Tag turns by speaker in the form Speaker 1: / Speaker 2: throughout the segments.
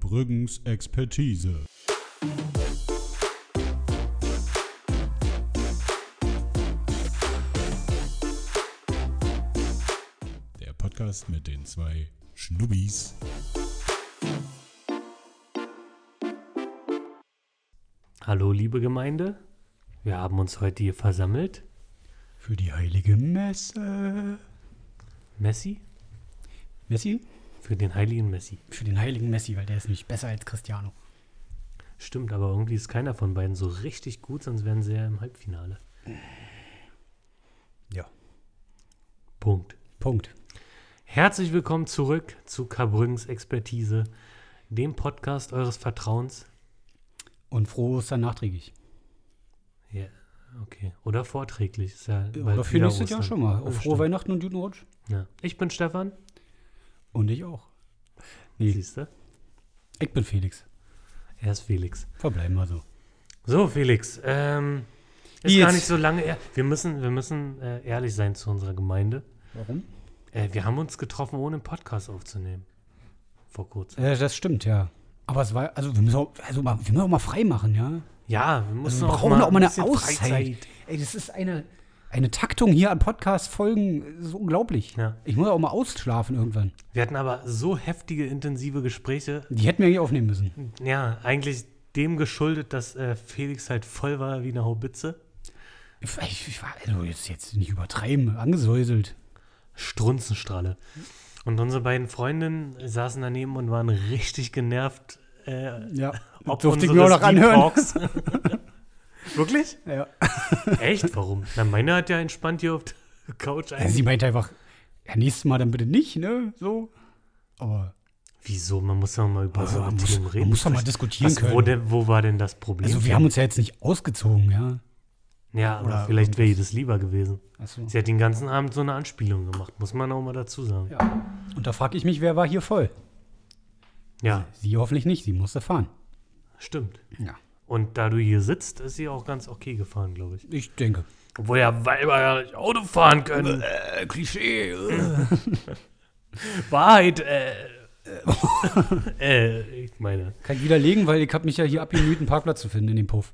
Speaker 1: Brüggens Expertise. Der Podcast mit den zwei Schnubbis.
Speaker 2: Hallo, liebe Gemeinde. Wir haben uns heute hier versammelt.
Speaker 1: Für die heilige Messe.
Speaker 2: Messi?
Speaker 3: Messi?
Speaker 2: Für den heiligen Messi.
Speaker 3: Für den heiligen Messi, weil der ist nämlich besser als Cristiano.
Speaker 2: Stimmt, aber irgendwie ist keiner von beiden so richtig gut, sonst wären sie ja im Halbfinale.
Speaker 3: Ja.
Speaker 2: Punkt.
Speaker 3: Punkt.
Speaker 2: Herzlich willkommen zurück zu Karbrüngs Expertise, dem Podcast eures Vertrauens.
Speaker 3: Und frohe Ostern nachträglich.
Speaker 2: Ja, okay. Oder vorträglich. Ist ja bald
Speaker 3: Oder für
Speaker 2: wieder
Speaker 3: nächstes Jahr
Speaker 2: Ostern.
Speaker 3: schon mal.
Speaker 2: Ja,
Speaker 3: Auf
Speaker 2: stimmt.
Speaker 3: frohe Weihnachten und guten Rutsch.
Speaker 2: Ja. Ich bin Stefan.
Speaker 3: Und ich auch. Nee,
Speaker 2: Siehst du?
Speaker 3: ich bin Felix.
Speaker 2: Er ist Felix.
Speaker 3: Verbleiben wir so.
Speaker 2: So, Felix, ähm, ist
Speaker 3: Wie
Speaker 2: gar
Speaker 3: jetzt?
Speaker 2: nicht so lange. her. Wir müssen, wir müssen äh, ehrlich sein zu unserer Gemeinde.
Speaker 3: Warum?
Speaker 2: Äh, wir haben uns getroffen, ohne einen Podcast aufzunehmen. Vor kurzem.
Speaker 3: Äh, das stimmt, ja. Aber es war, also wir müssen auch, also mal, wir müssen auch mal frei machen, ja.
Speaker 2: Ja, wir
Speaker 3: Also
Speaker 2: mussten
Speaker 3: wir
Speaker 2: auch,
Speaker 3: brauchen
Speaker 2: mal
Speaker 3: auch mal
Speaker 2: ein
Speaker 3: eine
Speaker 2: bisschen
Speaker 3: Auszeit.
Speaker 2: Freizeit.
Speaker 3: Ey, das ist eine, eine Taktung hier an Podcast-Folgen, so unglaublich.
Speaker 2: Ja.
Speaker 3: Ich muss auch mal ausschlafen irgendwann.
Speaker 2: Wir hatten aber so heftige, intensive Gespräche.
Speaker 3: Die hätten wir eigentlich aufnehmen müssen.
Speaker 2: Ja, eigentlich dem geschuldet, dass äh, Felix halt voll war wie eine Haubitze.
Speaker 3: Ich, ich, ich war, also jetzt, jetzt nicht übertreiben, angesäuselt.
Speaker 2: Strunzenstrahle. Und unsere beiden Freundinnen saßen daneben und waren richtig genervt. Äh,
Speaker 3: Ja,
Speaker 2: ob
Speaker 3: durfte ich
Speaker 2: unseres
Speaker 3: mir auch noch
Speaker 2: Deep
Speaker 3: anhören.
Speaker 2: Talks. Wirklich?
Speaker 3: Ja.
Speaker 2: Echt? Warum? Na, meine hat ja entspannt hier auf der Couch
Speaker 3: Ja,
Speaker 2: ein.
Speaker 3: Also sie meinte einfach, ja, nächstes Mal dann bitte nicht, ne? So. Aber
Speaker 2: Wieso? Man muss ja mal über
Speaker 3: also,
Speaker 2: so
Speaker 3: man,
Speaker 2: ein
Speaker 3: muss,
Speaker 2: Themen reden.
Speaker 3: man muss doch mal diskutieren
Speaker 2: Was, wo,
Speaker 3: können.
Speaker 2: denn, wo war denn das Problem?
Speaker 3: Also wir haben uns ja jetzt nicht ausgezogen, ja.
Speaker 2: ja, aber
Speaker 3: oder
Speaker 2: vielleicht wäre ihr das lieber gewesen.
Speaker 3: Achso.
Speaker 2: Sie hat den ganzen Abend so eine Anspielung gemacht, muss man auch mal dazu sagen.
Speaker 3: Und da frage ich mich, wer war hier voll?
Speaker 2: Ja,
Speaker 3: Sie hoffentlich nicht, sie musste fahren.
Speaker 2: stimmt.
Speaker 3: Ja.
Speaker 2: Und da du hier sitzt, ist sie auch ganz okay gefahren, glaube ich.
Speaker 3: Ich denke.
Speaker 2: Obwohl ja Weiber ja nicht Auto fahren können.
Speaker 3: Äh, Klischee.
Speaker 2: Wahrheit, äh. äh, ich meine.
Speaker 3: Kann ich widerlegen, weil ich habe mich ja hier abgemüht, einen Parkplatz zu finden in dem Puff.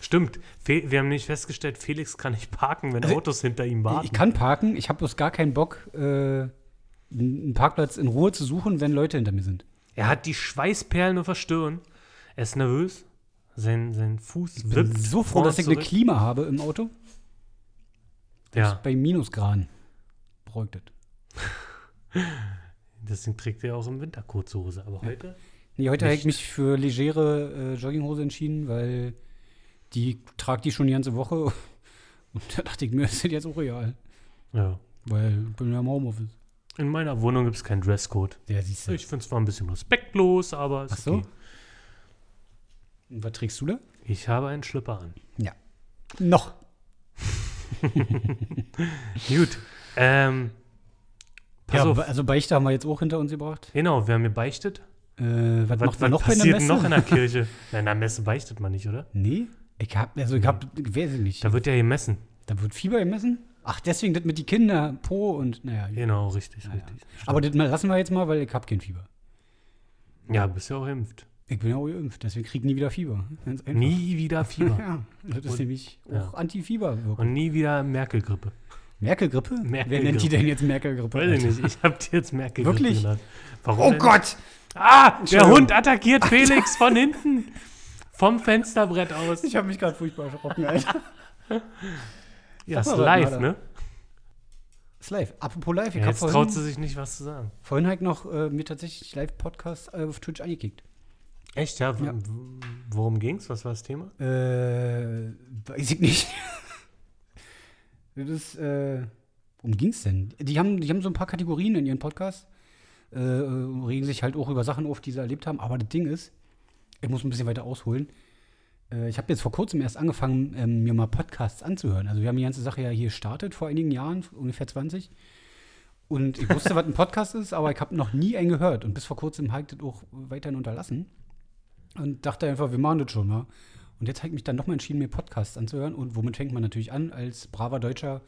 Speaker 2: Stimmt. Fe wir haben nämlich festgestellt, Felix kann nicht parken, wenn
Speaker 3: Also,
Speaker 2: Autos hinter ihm warten.
Speaker 3: Ich kann parken, ich habe bloß gar keinen Bock, äh, einen Parkplatz in Ruhe zu suchen, wenn Leute hinter mir sind.
Speaker 2: Er hat die Schweißperlen auf der Stirn. Er ist nervös. Sein, sein Fuß
Speaker 3: Bin
Speaker 2: wippt.
Speaker 3: so froh,
Speaker 2: vor
Speaker 3: dass
Speaker 2: und
Speaker 3: ich eine
Speaker 2: zurück.
Speaker 3: Klima habe im Auto.
Speaker 2: Ja,
Speaker 3: Bei Minusgraden. Bräugt das.
Speaker 2: deswegen trägt er auch im Winter kurze Hose. Aber heute?
Speaker 3: Nee, heute habe ich
Speaker 2: Nicht.
Speaker 3: mich für legere äh, Jogginghose entschieden, weil die trage die schon die ganze Woche. Und da dachte ich mir, das ist jetzt auch real.
Speaker 2: Ja.
Speaker 3: Weil ich bin ja im Homeoffice.
Speaker 2: In meiner Wohnung gibt es keinen Dresscode.
Speaker 3: Ja, siehst
Speaker 2: Ich finde es zwar ein bisschen respektlos, aber es
Speaker 3: Ach so. Und was trägst du da?
Speaker 2: Ich habe einen Schlüpper an.
Speaker 3: Ja. Noch.
Speaker 2: Gut. Ähm, pass
Speaker 3: Ja,
Speaker 2: auf.
Speaker 3: wa- also Beichte haben wir jetzt auch hinter uns gebracht.
Speaker 2: Genau, wir haben mir beichtet.
Speaker 3: Äh,
Speaker 2: Was,
Speaker 3: was,
Speaker 2: was
Speaker 3: macht man noch bei einer
Speaker 2: passiert
Speaker 3: Messe?
Speaker 2: noch in der Kirche? Na, in der Messe beichtet man nicht, oder?
Speaker 3: nee. Ich hab, also ich hab, ich weiß nicht.
Speaker 2: Da wird ja gemessen.
Speaker 3: Da wird Fieber gemessen? Ach, deswegen das mit die Kinder, Po und naja.
Speaker 2: Genau, richtig,
Speaker 3: naja.
Speaker 2: richtig.
Speaker 3: Aber das mal lassen wir jetzt mal, weil ich hab kein Fieber.
Speaker 2: Ja, bist ja auch impft.
Speaker 3: Ich bin ja auch geimpft, deswegen krieg ich nie wieder Fieber. Ganz einfach.
Speaker 2: Nie wieder Fieber.
Speaker 3: Ja, das ist nämlich
Speaker 2: ja.
Speaker 3: auch Anti-Fieber wirken.
Speaker 2: Und nie wieder Merkel-Grippe.
Speaker 3: Merkel-Grippe? Wer nennt die
Speaker 2: Merkel-Grippe.
Speaker 3: denn jetzt Merkel-Grippe?
Speaker 2: Weiß ich nicht. Ich hab dir jetzt Merkel
Speaker 3: Wirklich?
Speaker 2: genannt. Warum
Speaker 3: Oh
Speaker 2: denn?
Speaker 3: Gott!
Speaker 2: Ah, der
Speaker 3: Entschuldigung.
Speaker 2: Hund attackiert Felix von hinten. Vom Fensterbrett aus.
Speaker 3: Ich habe mich gerade furchtbar erschrocken, Alter.
Speaker 2: Ja, ist
Speaker 3: Sag mal,
Speaker 2: live,
Speaker 3: Alter.
Speaker 2: ne?
Speaker 3: ist live. Apropos live, ich
Speaker 2: Ja,
Speaker 3: hab
Speaker 2: jetzt traut
Speaker 3: vorhin,
Speaker 2: sie sich nicht, was zu sagen.
Speaker 3: vorhin halt noch äh, mir tatsächlich Live-Podcast äh, auf Twitch angekickt.
Speaker 2: Echt, ja? W-
Speaker 3: Ja.
Speaker 2: w- Worum ging's? Was war das Thema?
Speaker 3: Äh, weiß ich nicht. das ist, äh, worum ging's denn? Die haben, die haben so ein paar Kategorien in ihren Podcast. Äh, regen sich halt auch über Sachen auf, die sie erlebt haben. Aber das Ding ist, ich muss ein bisschen weiter ausholen. Äh, ich habe jetzt vor kurzem erst angefangen, ähm, mir mal Podcasts anzuhören. Also wir haben die ganze Sache ja hier gestartet vor einigen Jahren, ungefähr 20. Und ich wusste, was ein Podcast ist, aber ich habe noch nie einen gehört. Und bis vor kurzem habe ich das auch weiterhin unterlassen. Und dachte einfach, wir machen das schon mal. Und jetzt habe ich mich dann nochmal entschieden, mir Podcasts anzuhören. Und womit fängt man natürlich an? Als braver Deutscher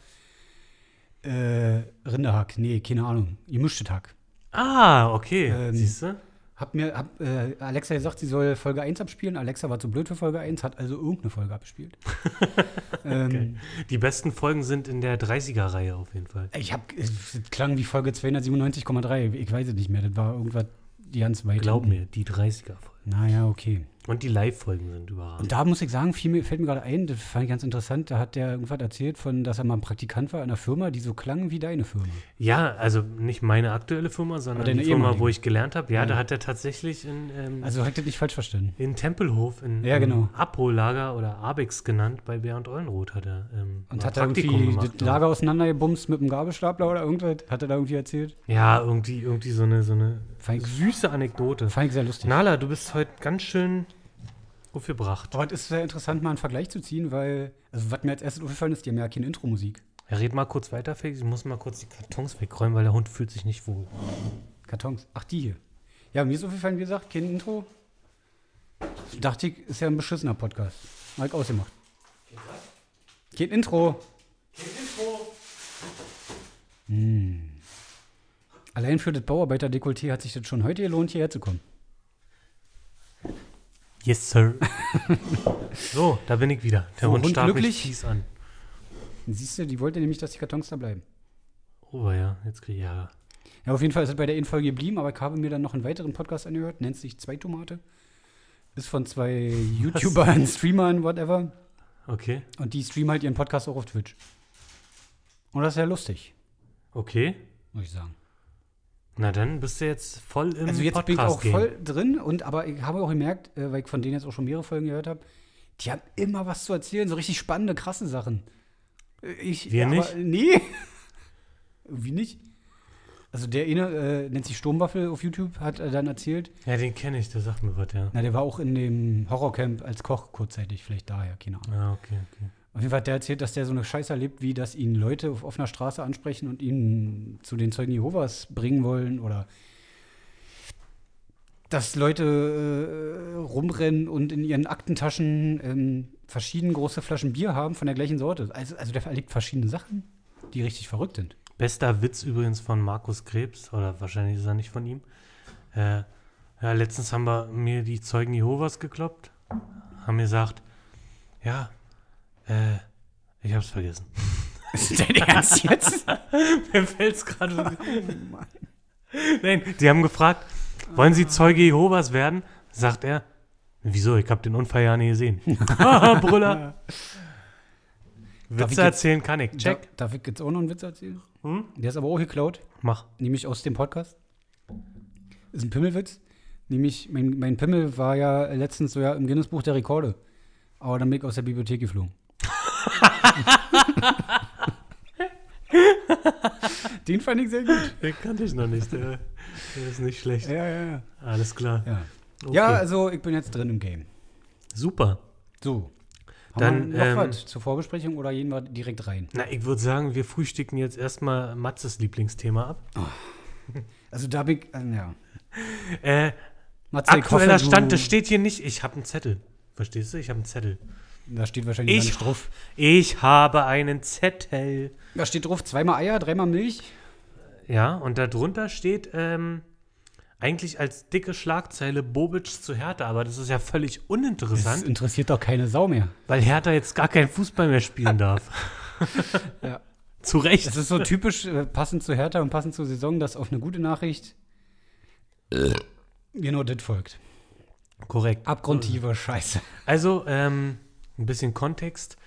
Speaker 3: äh, Rinderhack. Nee, keine Ahnung. Gemischtes Hack.
Speaker 2: Ah, okay.
Speaker 3: Ähm,
Speaker 2: Siehst du?
Speaker 3: Hab mir, hab, äh, Alexa gesagt, sie soll Folge 1 abspielen. Alexa war zu blöd für Folge 1, hat also irgendeine Folge abgespielt. ähm,
Speaker 2: Die besten Folgen sind in der 30er-Reihe auf jeden Fall.
Speaker 3: ich hab, äh, es klang wie Folge 297,3. Ich weiß es nicht mehr. Das war irgendwas ganz weit.
Speaker 2: Glaub
Speaker 3: hinten.
Speaker 2: mir, die 30er-Folgen.
Speaker 3: Naja, okay.
Speaker 2: Und die Live-Folgen sind überragend.
Speaker 3: Und da muss ich sagen, viel mir, fällt mir gerade ein, das fand ich ganz interessant, da hat der irgendwas erzählt von, dass er mal ein Praktikant war in einer Firma, die so klang wie deine Firma.
Speaker 2: Ja, also nicht meine aktuelle Firma, sondern
Speaker 3: Aber deine
Speaker 2: die Firma,
Speaker 3: ehemalige.
Speaker 2: wo ich gelernt habe. Ja,
Speaker 3: Ja.
Speaker 2: da hat er tatsächlich in, ähm,
Speaker 3: Also hätte ich nicht falsch verstanden.
Speaker 2: in Tempelhof, in,
Speaker 3: Ja, genau.
Speaker 2: im Abhollager oder Abex genannt, bei Bär und Eulenroth hat er ähm,
Speaker 3: Und
Speaker 2: mal ne?
Speaker 3: hat er irgendwie das
Speaker 2: glaub ich.
Speaker 3: Lager auseinandergebumst mit einem Gabelstapler oder irgendwas? Hat er da irgendwie erzählt?
Speaker 2: Ja, irgendwie, irgendwie so eine, so eine
Speaker 3: Fand ich-
Speaker 2: süße Anekdote.
Speaker 3: Fand ich sehr lustig.
Speaker 2: Nala, du bist heute ganz schön aufgebracht.
Speaker 3: Aber es ist sehr interessant, mal einen Vergleich zu ziehen, weil, also was mir als erstes aufgefallen ist, die haben ja keine Intro-Musik.
Speaker 2: Ja, red mal kurz weiter, Felix. Ich muss mal kurz die Kartons wegräumen, weil der Hund fühlt sich nicht wohl.
Speaker 3: Kartons. Ach, die hier. Ja, mir ist aufgefallen, wie gesagt, kein Intro. Dachte ich, ist ja ein beschissener Podcast. Mike ausgemacht. Kein Intro. Kein Intro. Hm. Allein für das Bauarbeiter-Dekolleté hat sich das schon heute gelohnt, hierher zu kommen.
Speaker 2: Yes, sir. so, da bin ich wieder. Der
Speaker 3: So,
Speaker 2: Hund
Speaker 3: Oh, Hund
Speaker 2: starrt mich
Speaker 3: glücklich?
Speaker 2: fies an.
Speaker 3: Siehst du, die wollte nämlich, dass die Kartons da bleiben.
Speaker 2: Oh ja, jetzt krieg ich Ärger.
Speaker 3: Ja, auf jeden Fall ist es bei der Infolge geblieben, aber ich habe mir dann noch einen weiteren Podcast angehört, nennt sich Zwei Tomate. Ist von zwei YouTubern, Streamern, whatever.
Speaker 2: Okay,
Speaker 3: Und die streamen halt ihren Podcast auch auf Twitch. Und das ist ja lustig,
Speaker 2: okay.
Speaker 3: muss ich sagen.
Speaker 2: Na dann bist du jetzt voll im
Speaker 3: Also jetzt bin ich auch
Speaker 2: Podcast-Game.
Speaker 3: voll drin und aber ich habe auch gemerkt, äh, weil ich von denen jetzt auch schon mehrere Folgen gehört habe, die haben immer was zu erzählen, so richtig spannende, krasse Sachen. Äh, Ich,
Speaker 2: Wir
Speaker 3: aber-
Speaker 2: nicht?
Speaker 3: Nee. Wie nicht? Also der eine äh, nennt sich Sturmwaffel auf YouTube, hat äh, dann erzählt,
Speaker 2: Ja, den kenne ich, der sagt mir was, ja.
Speaker 3: Na, der war auch in dem Horrorcamp als Koch kurzzeitig, vielleicht daher, keine Ahnung.
Speaker 2: Ja, okay, okay.
Speaker 3: Auf jeden Fall hat der erzählt, dass der so eine Scheiße erlebt, wie dass ihn Leute auf offener Straße ansprechen und ihn zu den Zeugen Jehovas bringen wollen oder dass Leute äh, rumrennen und in ihren Aktentaschen ähm, verschiedene große Flaschen Bier haben von der gleichen Sorte. Also, also der erlebt verschiedene Sachen, die richtig verrückt sind.
Speaker 2: Bester Witz übrigens von Markus Krebs, oder wahrscheinlich ist er nicht von ihm. Äh, ja, letztens haben wir mir die Zeugen Jehovas gekloppt, haben mir gesagt, ja, äh, ich hab's vergessen.
Speaker 3: Ist dein Ernst jetzt?
Speaker 2: Mir fällt's gerade
Speaker 3: Oh
Speaker 2: so. Nein, die haben gefragt, wollen Sie Zeuge Jehovas werden? Sagt er, wieso? Ich hab den Unfall ja nie gesehen. Haha, Brüller.
Speaker 3: Darf ich
Speaker 2: Witze
Speaker 3: jetzt-
Speaker 2: erzählen kann ich. Check.
Speaker 3: Jack, darf ich jetzt auch noch einen Witz erzählen?
Speaker 2: Hm?
Speaker 3: Der ist aber auch geklaut.
Speaker 2: Mach.
Speaker 3: nämlich aus dem Podcast. Ist ein Pimmelwitz. Nämlich, mein, mein Pimmel war ja letztens so ja im Guinness-Buch der Rekorde. Aber dann bin ich aus der Bibliothek geflogen. Den fand ich sehr gut.
Speaker 2: Den kannte ich noch nicht. Der, der ist nicht schlecht.
Speaker 3: Ja, ja, ja.
Speaker 2: Alles klar.
Speaker 3: Ja,
Speaker 2: Okay.
Speaker 3: ja also ich bin jetzt drin im Game.
Speaker 2: Super.
Speaker 3: So.
Speaker 2: Dann,
Speaker 3: wir noch
Speaker 2: ähm,
Speaker 3: was zur Vorbesprechung oder gehen wir direkt rein?
Speaker 2: Na, ich würde sagen, wir frühstücken jetzt erstmal Matzes Lieblingsthema ab.
Speaker 3: Also da bin ich, äh, ja.
Speaker 2: Äh,
Speaker 3: Matze, ich
Speaker 2: aktueller
Speaker 3: hoffe, du-
Speaker 2: Stand, das steht hier nicht. Ich habe einen Zettel. Verstehst du? Ich habe einen Zettel.
Speaker 3: Da steht wahrscheinlich
Speaker 2: Ich,
Speaker 3: gar nicht drauf.
Speaker 2: ich habe einen Zettel.
Speaker 3: Da steht drauf, zweimal Eier, dreimal Milch.
Speaker 2: Ja, und darunter steht ähm, eigentlich als dicke Schlagzeile Bobic zu Hertha, aber das ist ja völlig
Speaker 3: Das
Speaker 2: uninteressant,
Speaker 3: interessiert doch keine Sau mehr.
Speaker 2: weil Hertha jetzt gar keinen Fußball mehr spielen darf.
Speaker 3: Ja.
Speaker 2: Zu Recht.
Speaker 3: Es ist so typisch, äh, passend zu Hertha und passend zur Saison, dass auf eine gute Nachricht
Speaker 2: Äh.
Speaker 3: genau das folgt.
Speaker 2: korrekt.
Speaker 3: Abgrundtiefer Scheiße.
Speaker 2: Also, ähm, ein bisschen Kontext.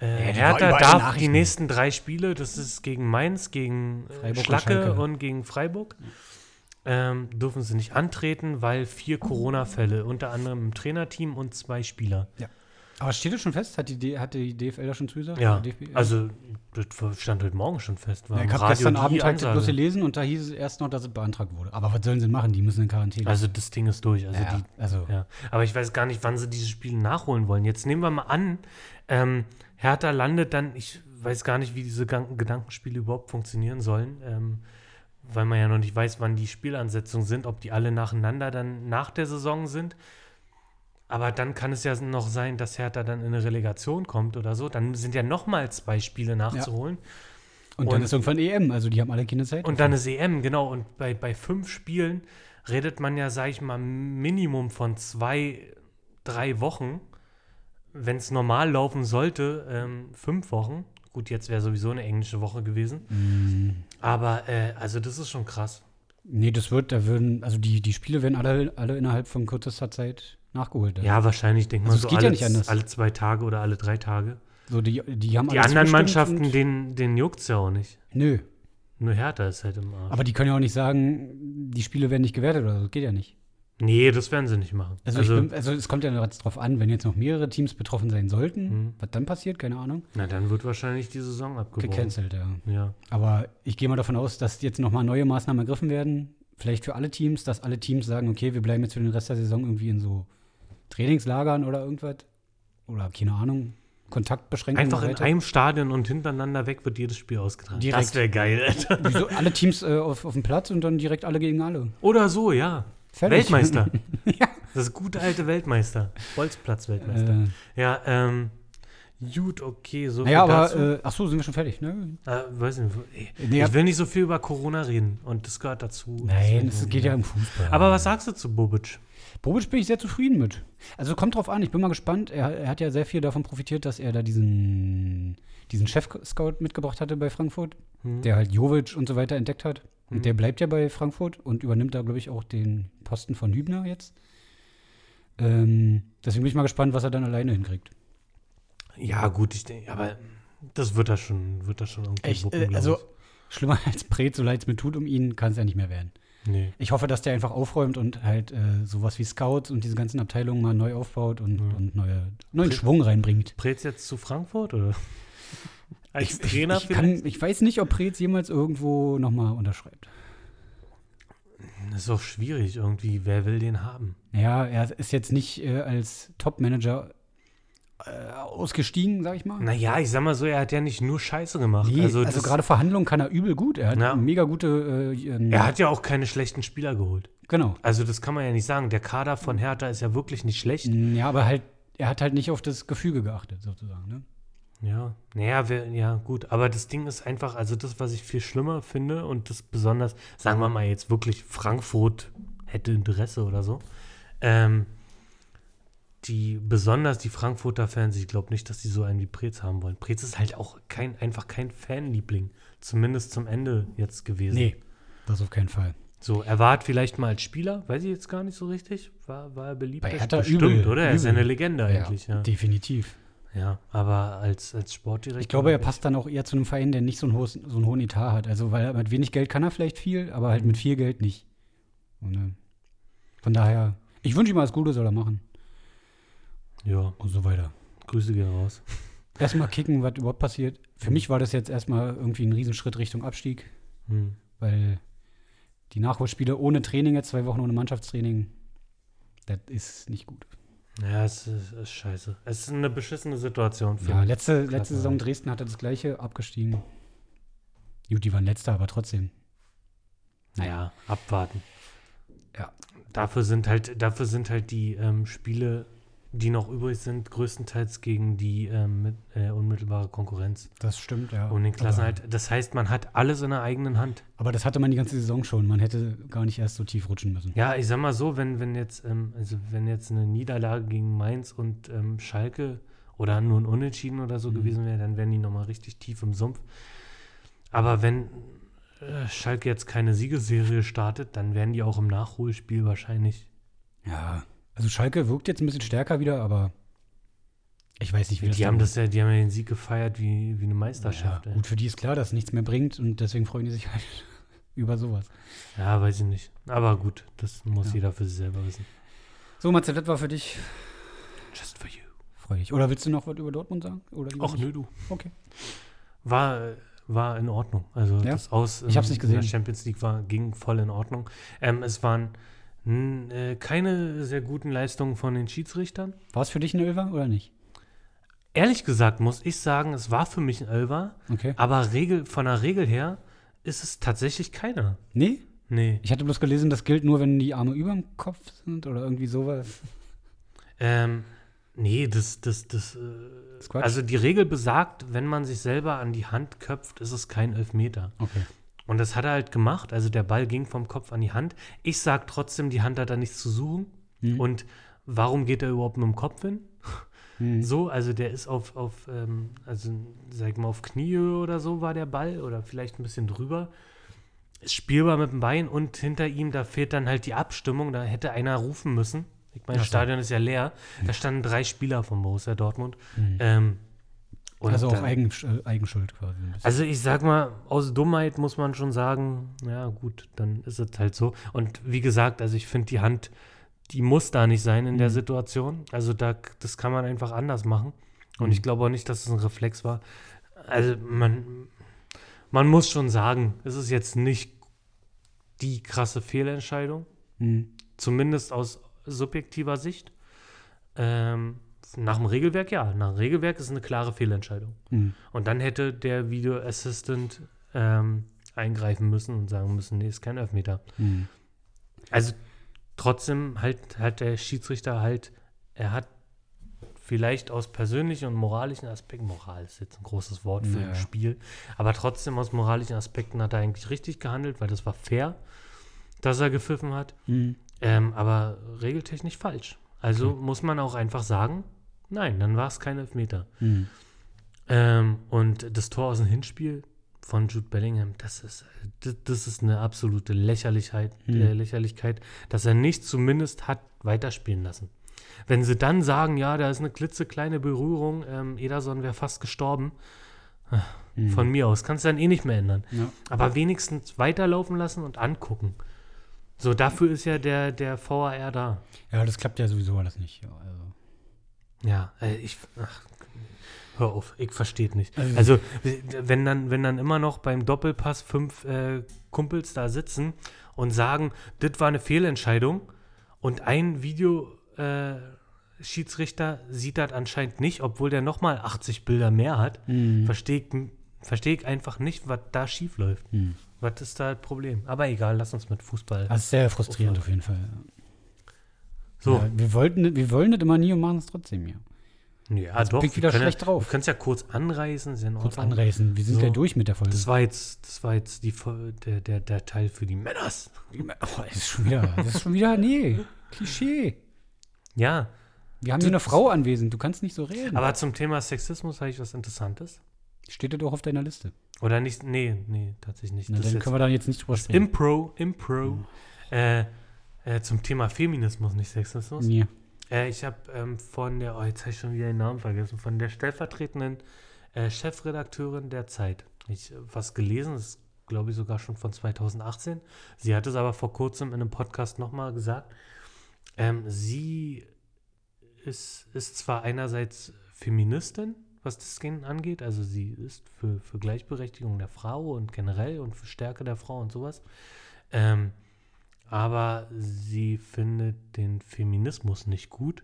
Speaker 2: Äh,
Speaker 3: die war
Speaker 2: Hertha
Speaker 3: überall
Speaker 2: darf die
Speaker 3: Nachrichten.
Speaker 2: nächsten drei Spiele, das ist gegen Mainz, gegen äh,
Speaker 3: Freiburg und
Speaker 2: Schlacke
Speaker 3: Schalke.
Speaker 2: und gegen Freiburg, ähm, dürfen sie nicht antreten, weil vier Corona-Fälle, unter anderem im Trainerteam und zwei Spieler.
Speaker 3: Aber steht das schon fest? Hat die, D- hat die DFL da schon zugesagt?
Speaker 2: Ja,
Speaker 3: Die DFB?
Speaker 2: also das stand heute Morgen schon fest. War
Speaker 3: Ja,
Speaker 2: im
Speaker 3: ich habe
Speaker 2: Radio
Speaker 3: gestern
Speaker 2: die
Speaker 3: Abend halt
Speaker 2: Ansage.
Speaker 3: bloß gelesen und da hieß es erst noch, dass es beantragt wurde. Aber was sollen sie machen? Die müssen in Quarantäne.
Speaker 2: Also das Ding ist durch. Also
Speaker 3: ja,
Speaker 2: die,
Speaker 3: also
Speaker 2: Ja, aber ich weiß gar nicht, wann sie diese Spiele nachholen wollen. Jetzt nehmen wir mal an, ähm, Hertha landet dann, ich weiß gar nicht, wie diese Gan- Gedankenspiele überhaupt funktionieren sollen, ähm, weil man ja noch nicht weiß, wann die Spielansetzungen sind, ob die alle nacheinander dann nach der Saison sind. Aber dann kann es ja noch sein, dass Hertha dann in eine Relegation kommt oder so. Dann sind ja nochmal zwei Spiele nachzuholen.
Speaker 3: und dann E
Speaker 2: und-
Speaker 3: ist irgendwann EM. Also die haben alle keine Zeit.
Speaker 2: Und dann ist EM, genau. Und bei, bei fünf Spielen redet man ja, sag ich mal, Minimum von zwei, drei Wochen. Wenn es normal laufen sollte, ähm, fünf Wochen. Gut, jetzt wäre sowieso eine englische Woche gewesen.
Speaker 3: Mhm.
Speaker 2: Aber äh, also das ist schon krass.
Speaker 3: Nee, das wird, da würden, also die, die Spiele werden alle, alle innerhalb von kürzester Zeit nachgeholt.
Speaker 2: Ja, wahrscheinlich denkt man
Speaker 3: Also es
Speaker 2: so
Speaker 3: geht ja
Speaker 2: alle,
Speaker 3: nicht anders.
Speaker 2: alle zwei Tage oder alle drei Tage.
Speaker 3: So, die, die haben
Speaker 2: Die anderen
Speaker 3: alle zugestimmt
Speaker 2: Mannschaften,
Speaker 3: und-
Speaker 2: denen, denen juckt es ja auch nicht.
Speaker 3: Nö.
Speaker 2: Nur Hertha ist halt im Arsch.
Speaker 3: Aber die können ja auch nicht sagen, die Spiele werden nicht gewertet oder so. Geht ja nicht.
Speaker 2: nee, das werden sie nicht machen.
Speaker 3: Also, ich bin, also es kommt ja jetzt drauf an, wenn jetzt noch mehrere Teams betroffen sein sollten,
Speaker 2: Mhm.
Speaker 3: was dann passiert, keine Ahnung.
Speaker 2: na dann wird wahrscheinlich die Saison abgebrochen.
Speaker 3: Gecancelt, ja.
Speaker 2: Ja.
Speaker 3: Aber ich gehe mal davon aus, dass jetzt nochmal neue Maßnahmen ergriffen werden. Vielleicht für alle Teams, dass alle Teams sagen, okay, wir bleiben jetzt für den Rest der Saison irgendwie in so Trainingslagern oder irgendwas. Oder keine Ahnung, Kontaktbeschränkungen.
Speaker 2: Einfach
Speaker 3: und
Speaker 2: in
Speaker 3: weiter.
Speaker 2: einem Stadion und hintereinander weg wird jedes Spiel ausgetragen.
Speaker 3: Direkt.
Speaker 2: Das wäre geil, Alter.
Speaker 3: Wieso? Alle Teams äh, auf, auf dem Platz und dann direkt alle gegen alle.
Speaker 2: Oder so, ja.
Speaker 3: Fertig.
Speaker 2: Weltmeister.
Speaker 3: Ja.
Speaker 2: Das gute alte Weltmeister. Bolzplatz-Weltmeister.
Speaker 3: Äh,
Speaker 2: Ja, ähm, gut, okay, so
Speaker 3: naja,
Speaker 2: viel
Speaker 3: aber,
Speaker 2: dazu.
Speaker 3: äh, ach so, sind wir schon fertig, ne?
Speaker 2: äh, weiß nicht, ey,
Speaker 3: Nee,
Speaker 2: ich will nicht so viel über Corona reden und das gehört dazu.
Speaker 3: Nein,
Speaker 2: Deswegen- ne?
Speaker 3: es geht ja um- im Fußball.
Speaker 2: Aber was sagst du zu Bobic?
Speaker 3: Bobic bin ich sehr zufrieden mit. Also kommt drauf an, ich bin mal gespannt. Er, er hat ja sehr viel davon profitiert, dass er da diesen, diesen Chef-Scout mitgebracht hatte bei Frankfurt,
Speaker 2: Hm?
Speaker 3: der halt Jovic und so weiter entdeckt hat.
Speaker 2: Mhm.
Speaker 3: Und der bleibt ja bei Frankfurt und übernimmt da, glaube ich, auch den Posten von Hübner jetzt. Ähm, deswegen bin ich mal gespannt, was er dann alleine hinkriegt.
Speaker 2: Ja, gut, ich denke, aber das wird er schon, wird er schon irgendwie
Speaker 3: äh,
Speaker 2: wuppen, glaub
Speaker 3: also- schlimmer als Pret, so leid es mir tut um ihn, kann es ja nicht mehr werden.
Speaker 2: ich. Nee.
Speaker 3: Ich hoffe, dass der einfach aufräumt und halt äh, sowas wie Scouts und diese ganzen Abteilungen mal neu aufbaut und,
Speaker 2: Ja.
Speaker 3: und neue, neuen
Speaker 2: Pret-
Speaker 3: Schwung reinbringt.
Speaker 2: Pretz jetzt zu Frankfurt oder? Als
Speaker 3: Ich-
Speaker 2: Trainer
Speaker 3: ich, kann, ich weiß nicht, ob Preetz jemals irgendwo nochmal unterschreibt.
Speaker 2: Das ist auch schwierig irgendwie. Wer will den haben?
Speaker 3: Ja, er ist jetzt nicht äh, als Top-Manager äh, ausgestiegen, sag ich mal.
Speaker 2: Naja, ich sag mal so, er hat ja nicht nur Scheiße gemacht.
Speaker 3: Nee, also
Speaker 2: also das,
Speaker 3: gerade Verhandlungen kann er übel gut. Er hat
Speaker 2: Ja.
Speaker 3: mega gute. Äh, ähm,
Speaker 2: er hat ja auch keine schlechten Spieler geholt.
Speaker 3: genau.
Speaker 2: Also das kann man ja nicht sagen. Der Kader von Hertha ist ja wirklich nicht schlecht.
Speaker 3: Ja, aber halt, er hat halt nicht auf das Gefüge geachtet, sozusagen. Ne?
Speaker 2: Ja, naja, wer, ja, gut. Aber das Ding ist einfach, also das, was ich viel schlimmer finde und das besonders, sagen wir mal jetzt wirklich, Frankfurt hätte Interesse oder so. Ähm, die, besonders die Frankfurter Fans, ich glaube nicht, dass die so einen wie Preetz haben wollen. Preetz ist halt auch kein, einfach kein Fanliebling. Zumindest zum Ende jetzt gewesen.
Speaker 3: Nee, das auf keinen Fall.
Speaker 2: So, er war halt vielleicht mal als Spieler, weiß ich jetzt gar nicht so richtig. War, war er beliebt?
Speaker 3: Bei
Speaker 2: als-
Speaker 3: Hertha
Speaker 2: bestimmt,
Speaker 3: übel,
Speaker 2: oder? Er ist ja
Speaker 3: übel.
Speaker 2: eine Legende eigentlich, ja. Ja,
Speaker 3: Definitiv.
Speaker 2: aber als, als Sportdirektor.
Speaker 3: Ich glaube, er passt dann auch eher zu einem Verein, der nicht so einen, hohes, so einen hohen Etat hat. Also, weil mit wenig Geld kann er vielleicht viel, aber halt mit viel Geld nicht. Und, äh, von daher, ich wünsche ihm alles Gute, soll er machen.
Speaker 2: Ja,
Speaker 3: Und so weiter.
Speaker 2: Grüße gehen raus.
Speaker 3: Erstmal kicken, was überhaupt passiert. Für mich war das jetzt erstmal irgendwie ein Riesenschritt Richtung Abstieg,
Speaker 2: Hm.
Speaker 3: weil die Nachholspiele ohne Training, jetzt zwei Wochen ohne Mannschaftstraining, das ist nicht gut.
Speaker 2: Ja, es ist, ist scheiße. Es ist eine beschissene Situation für
Speaker 3: Ja, halt.
Speaker 2: mich.
Speaker 3: letzte,
Speaker 2: Klasse.
Speaker 3: letzte Saison Dresden hatte das gleiche, abgestiegen. Gut, die waren letzter, aber trotzdem.
Speaker 2: Naja, abwarten.
Speaker 3: Ja.
Speaker 2: Dafür sind halt, dafür sind halt die ähm, Spiele, die noch übrig sind, größtenteils gegen die ähm, mit, äh, unmittelbare Konkurrenz.
Speaker 3: Das stimmt, ja.
Speaker 2: Um den Klassen
Speaker 3: aber,
Speaker 2: halt. Das heißt, man hat alles in der eigenen Hand.
Speaker 3: aber das hatte man die ganze Saison schon. Man hätte gar nicht erst so tief rutschen müssen.
Speaker 2: Ja, ich sag mal so, wenn, wenn jetzt, ähm, also wenn jetzt eine Niederlage gegen Mainz und ähm, Schalke oder nur ein Unentschieden oder so
Speaker 3: Mhm.
Speaker 2: gewesen wäre, dann wären die nochmal richtig tief im Sumpf. Aber wenn äh, Schalke jetzt keine Siegesserie startet, dann wären die auch im Nachholspiel wahrscheinlich.
Speaker 3: Ja, also Schalke wirkt jetzt ein bisschen stärker wieder, aber ich weiß nicht, wie das
Speaker 2: Die
Speaker 3: dann-
Speaker 2: haben das ja, die haben ja den Sieg gefeiert wie, wie eine Meisterschaft.
Speaker 3: ja,
Speaker 2: Ja,
Speaker 3: Gut, für die ist klar, dass nichts mehr bringt und deswegen freuen die sich halt über sowas.
Speaker 2: ja, weiß ich nicht. Aber gut, das muss
Speaker 3: Ja.
Speaker 2: jeder für sich selber wissen.
Speaker 3: So, Matze, das war für dich
Speaker 2: Just for you.
Speaker 3: freudig. Oder willst du noch was über Dortmund sagen? Oder lieber
Speaker 2: Ach
Speaker 3: nicht?
Speaker 2: nö, du.
Speaker 3: Okay.
Speaker 2: War, äh, war in Ordnung. Also
Speaker 3: Ja?
Speaker 2: das Aus
Speaker 3: Ich hab's nicht
Speaker 2: in der
Speaker 3: gesehen.
Speaker 2: Champions League war, ging voll in Ordnung. Ähm, es waren n, äh, keine sehr guten Leistungen von den Schiedsrichtern.
Speaker 3: War es für dich ein Ölver oder nicht?
Speaker 2: Ehrlich gesagt muss ich sagen, es war für mich ein Elfer,
Speaker 3: Okay.
Speaker 2: aber Regel, von der Regel her ist es tatsächlich keiner.
Speaker 3: Nee?
Speaker 2: Nee.
Speaker 3: Ich hatte bloß gelesen, das gilt nur, wenn die Arme über dem Kopf sind oder irgendwie sowas.
Speaker 2: Ähm, nee, das, das, das, äh,
Speaker 3: Das ist Quatsch.
Speaker 2: also die Regel besagt, wenn man sich selber an die Hand köpft, ist es kein Elfmeter.
Speaker 3: okay.
Speaker 2: Und das hat er halt gemacht. Also der Ball ging vom Kopf an die Hand. Ich sag trotzdem, die Hand hat da nichts zu suchen.
Speaker 3: Mhm.
Speaker 2: Und warum geht er überhaupt mit dem Kopf hin?
Speaker 3: Hm,
Speaker 2: So, also der ist auf, auf ähm, also sag ich mal, auf Kniehöhe oder so war der Ball oder vielleicht ein bisschen drüber. Ist spielbar mit dem Bein und hinter ihm, da fehlt dann halt die Abstimmung, da hätte einer rufen müssen. Ich meine, das Stadion ist ja leer. Da standen drei Spieler von Borussia Dortmund. Ähm, und
Speaker 3: hm. also auch
Speaker 2: dann-
Speaker 3: Eigen, äh, Eigenschuld quasi. ein bisschen.
Speaker 2: also ich sag mal, aus Dummheit muss man schon sagen, ja gut, dann ist es halt so. Und wie gesagt, also ich finde die Hand, die muss da nicht sein in der Situation. Also da, das kann man einfach anders machen. Und ich glaube auch nicht, dass es ein Reflex war. Also man, man muss schon sagen, es ist jetzt nicht die krasse Fehlentscheidung,
Speaker 3: Mhm.
Speaker 2: zumindest aus subjektiver Sicht. Ähm, nach dem Regelwerk ja, nach dem Regelwerk ist eine klare Fehlentscheidung.
Speaker 3: Mhm.
Speaker 2: Und dann hätte der Video Assistant ähm, eingreifen müssen und sagen müssen, nee, ist kein Elfmeter.
Speaker 3: Mhm.
Speaker 2: Also trotzdem halt, hat der Schiedsrichter halt, er hat vielleicht aus persönlichen und moralischen Aspekten, Moral ist jetzt ein großes Wort für
Speaker 3: Ja.
Speaker 2: ein Spiel, aber trotzdem aus moralischen Aspekten hat er eigentlich richtig gehandelt, weil das war fair, dass er gepfiffen hat,
Speaker 3: Mhm.
Speaker 2: ähm, aber regeltechnisch falsch. Also muss man auch einfach sagen, nein, dann war es kein Elfmeter.
Speaker 3: Mhm.
Speaker 2: Ähm, und das Tor aus dem Hinspiel von Jude Bellingham, das ist, das, das ist eine absolute Lächerlichkeit, äh, Lächerlichkeit, dass er nicht zumindest hat weiterspielen lassen. Wenn sie dann sagen, ja, da ist eine klitzekleine Berührung, ähm, Ederson wäre fast gestorben, Ah, von mir aus, kannst du dann eh nicht mehr ändern.
Speaker 3: Ja.
Speaker 2: Aber wenigstens weiterlaufen lassen und angucken. So, dafür ist ja der, der VAR da.
Speaker 3: ja, das klappt ja sowieso alles nicht. Ja, also.
Speaker 2: Ja, äh, ich. Ach, hör auf, ich verstehe nicht.
Speaker 3: Also-
Speaker 2: Also, wenn dann, wenn dann immer noch beim Doppelpass fünf äh, Kumpels da sitzen und sagen, das war eine Fehlentscheidung und ein Video. Äh, Schiedsrichter sieht das anscheinend nicht, obwohl der nochmal 80 Bilder mehr hat.
Speaker 3: Mhm.
Speaker 2: Verstehe ich, versteh ich einfach nicht, was da schief läuft.
Speaker 3: Mhm.
Speaker 2: Was ist da das Problem? Aber egal, lass uns mit Fußball.
Speaker 3: Das ist sehr frustrierend auf jeden Fall.
Speaker 2: so,
Speaker 3: Ja, wir, wollten, wir wollen das immer nie und machen es trotzdem hier.
Speaker 2: ja,
Speaker 3: das
Speaker 2: doch.
Speaker 3: blickt
Speaker 2: wir
Speaker 3: Also wieder
Speaker 2: können
Speaker 3: schlecht
Speaker 2: ja,
Speaker 3: drauf.
Speaker 2: Du kannst ja kurz anreißen. Ist ja in
Speaker 3: Kurz
Speaker 2: Ordnung.
Speaker 3: anreißen. Wir sind
Speaker 2: So.
Speaker 3: ja durch mit der Folge.
Speaker 2: Das war jetzt, das war jetzt die, Fol- der, der, der Teil für die Männers.
Speaker 3: oh, das ist schon wieder, das ist schon wieder, nee, Klischee.
Speaker 2: Ja,
Speaker 3: Wir haben hier eine Frau anwesend, du kannst nicht so reden.
Speaker 2: aber zum Thema Sexismus habe ich was Interessantes.
Speaker 3: Steht das auch auf deiner Liste?
Speaker 2: Oder nicht? Nee, nee, tatsächlich nicht.
Speaker 3: Na,
Speaker 2: das
Speaker 3: dann
Speaker 2: ist
Speaker 3: können wir Mhm. da jetzt nicht drüber
Speaker 2: jetzt
Speaker 3: sprechen.
Speaker 2: Impro, Impro. Äh, äh, zum Thema Feminismus, nicht Sexismus.
Speaker 3: Nee.
Speaker 2: Äh, ich habe ähm, von der, oh, jetzt habe ich schon wieder den Namen vergessen, von der stellvertretenden äh, Chefredakteurin der Zeit. Ich äh, was gelesen, das ist glaube ich sogar schon von 2018. Sie hat es aber vor kurzem in einem Podcast nochmal gesagt. Ähm, sie ist, ist zwar einerseits Feministin, was das Gehen angeht, also sie ist für, für Gleichberechtigung der Frau und generell und für Stärke der Frau und sowas. Ähm, aber sie findet den Feminismus nicht gut.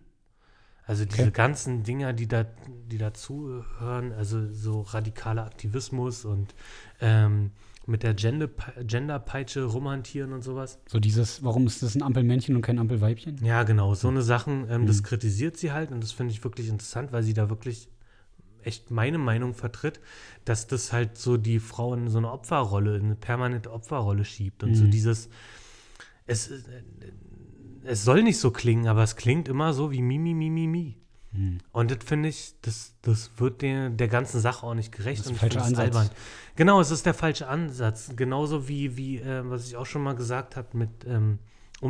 Speaker 2: Also diese
Speaker 3: Okay.
Speaker 2: ganzen Dinger, die da, die dazuhören, also so radikaler Aktivismus und ähm, mit der Gender- Genderpeitsche rumhantieren und sowas.
Speaker 3: So dieses, warum ist das ein Ampelmännchen und kein Ampelweibchen?
Speaker 2: Ja, genau, so eine Sachen, ähm, das kritisiert sie halt und das finde ich wirklich interessant, weil sie da wirklich echt meine Meinung vertritt, dass das halt so die Frau in so eine Opferrolle, in eine permanente Opferrolle schiebt und so dieses, es, ist- es soll nicht so klingen, aber es klingt immer so wie mi, mi, mi, mi, mi.
Speaker 3: Hm.
Speaker 2: Und das finde ich, das, das wird der, der ganzen Sache auch nicht gerecht.
Speaker 3: Das ist
Speaker 2: und ich
Speaker 3: falscher
Speaker 2: finde das
Speaker 3: Ansatz.
Speaker 2: Genau, es ist der falsche Ansatz. Genauso wie, wie äh, was ich auch schon mal gesagt habe mit ähm,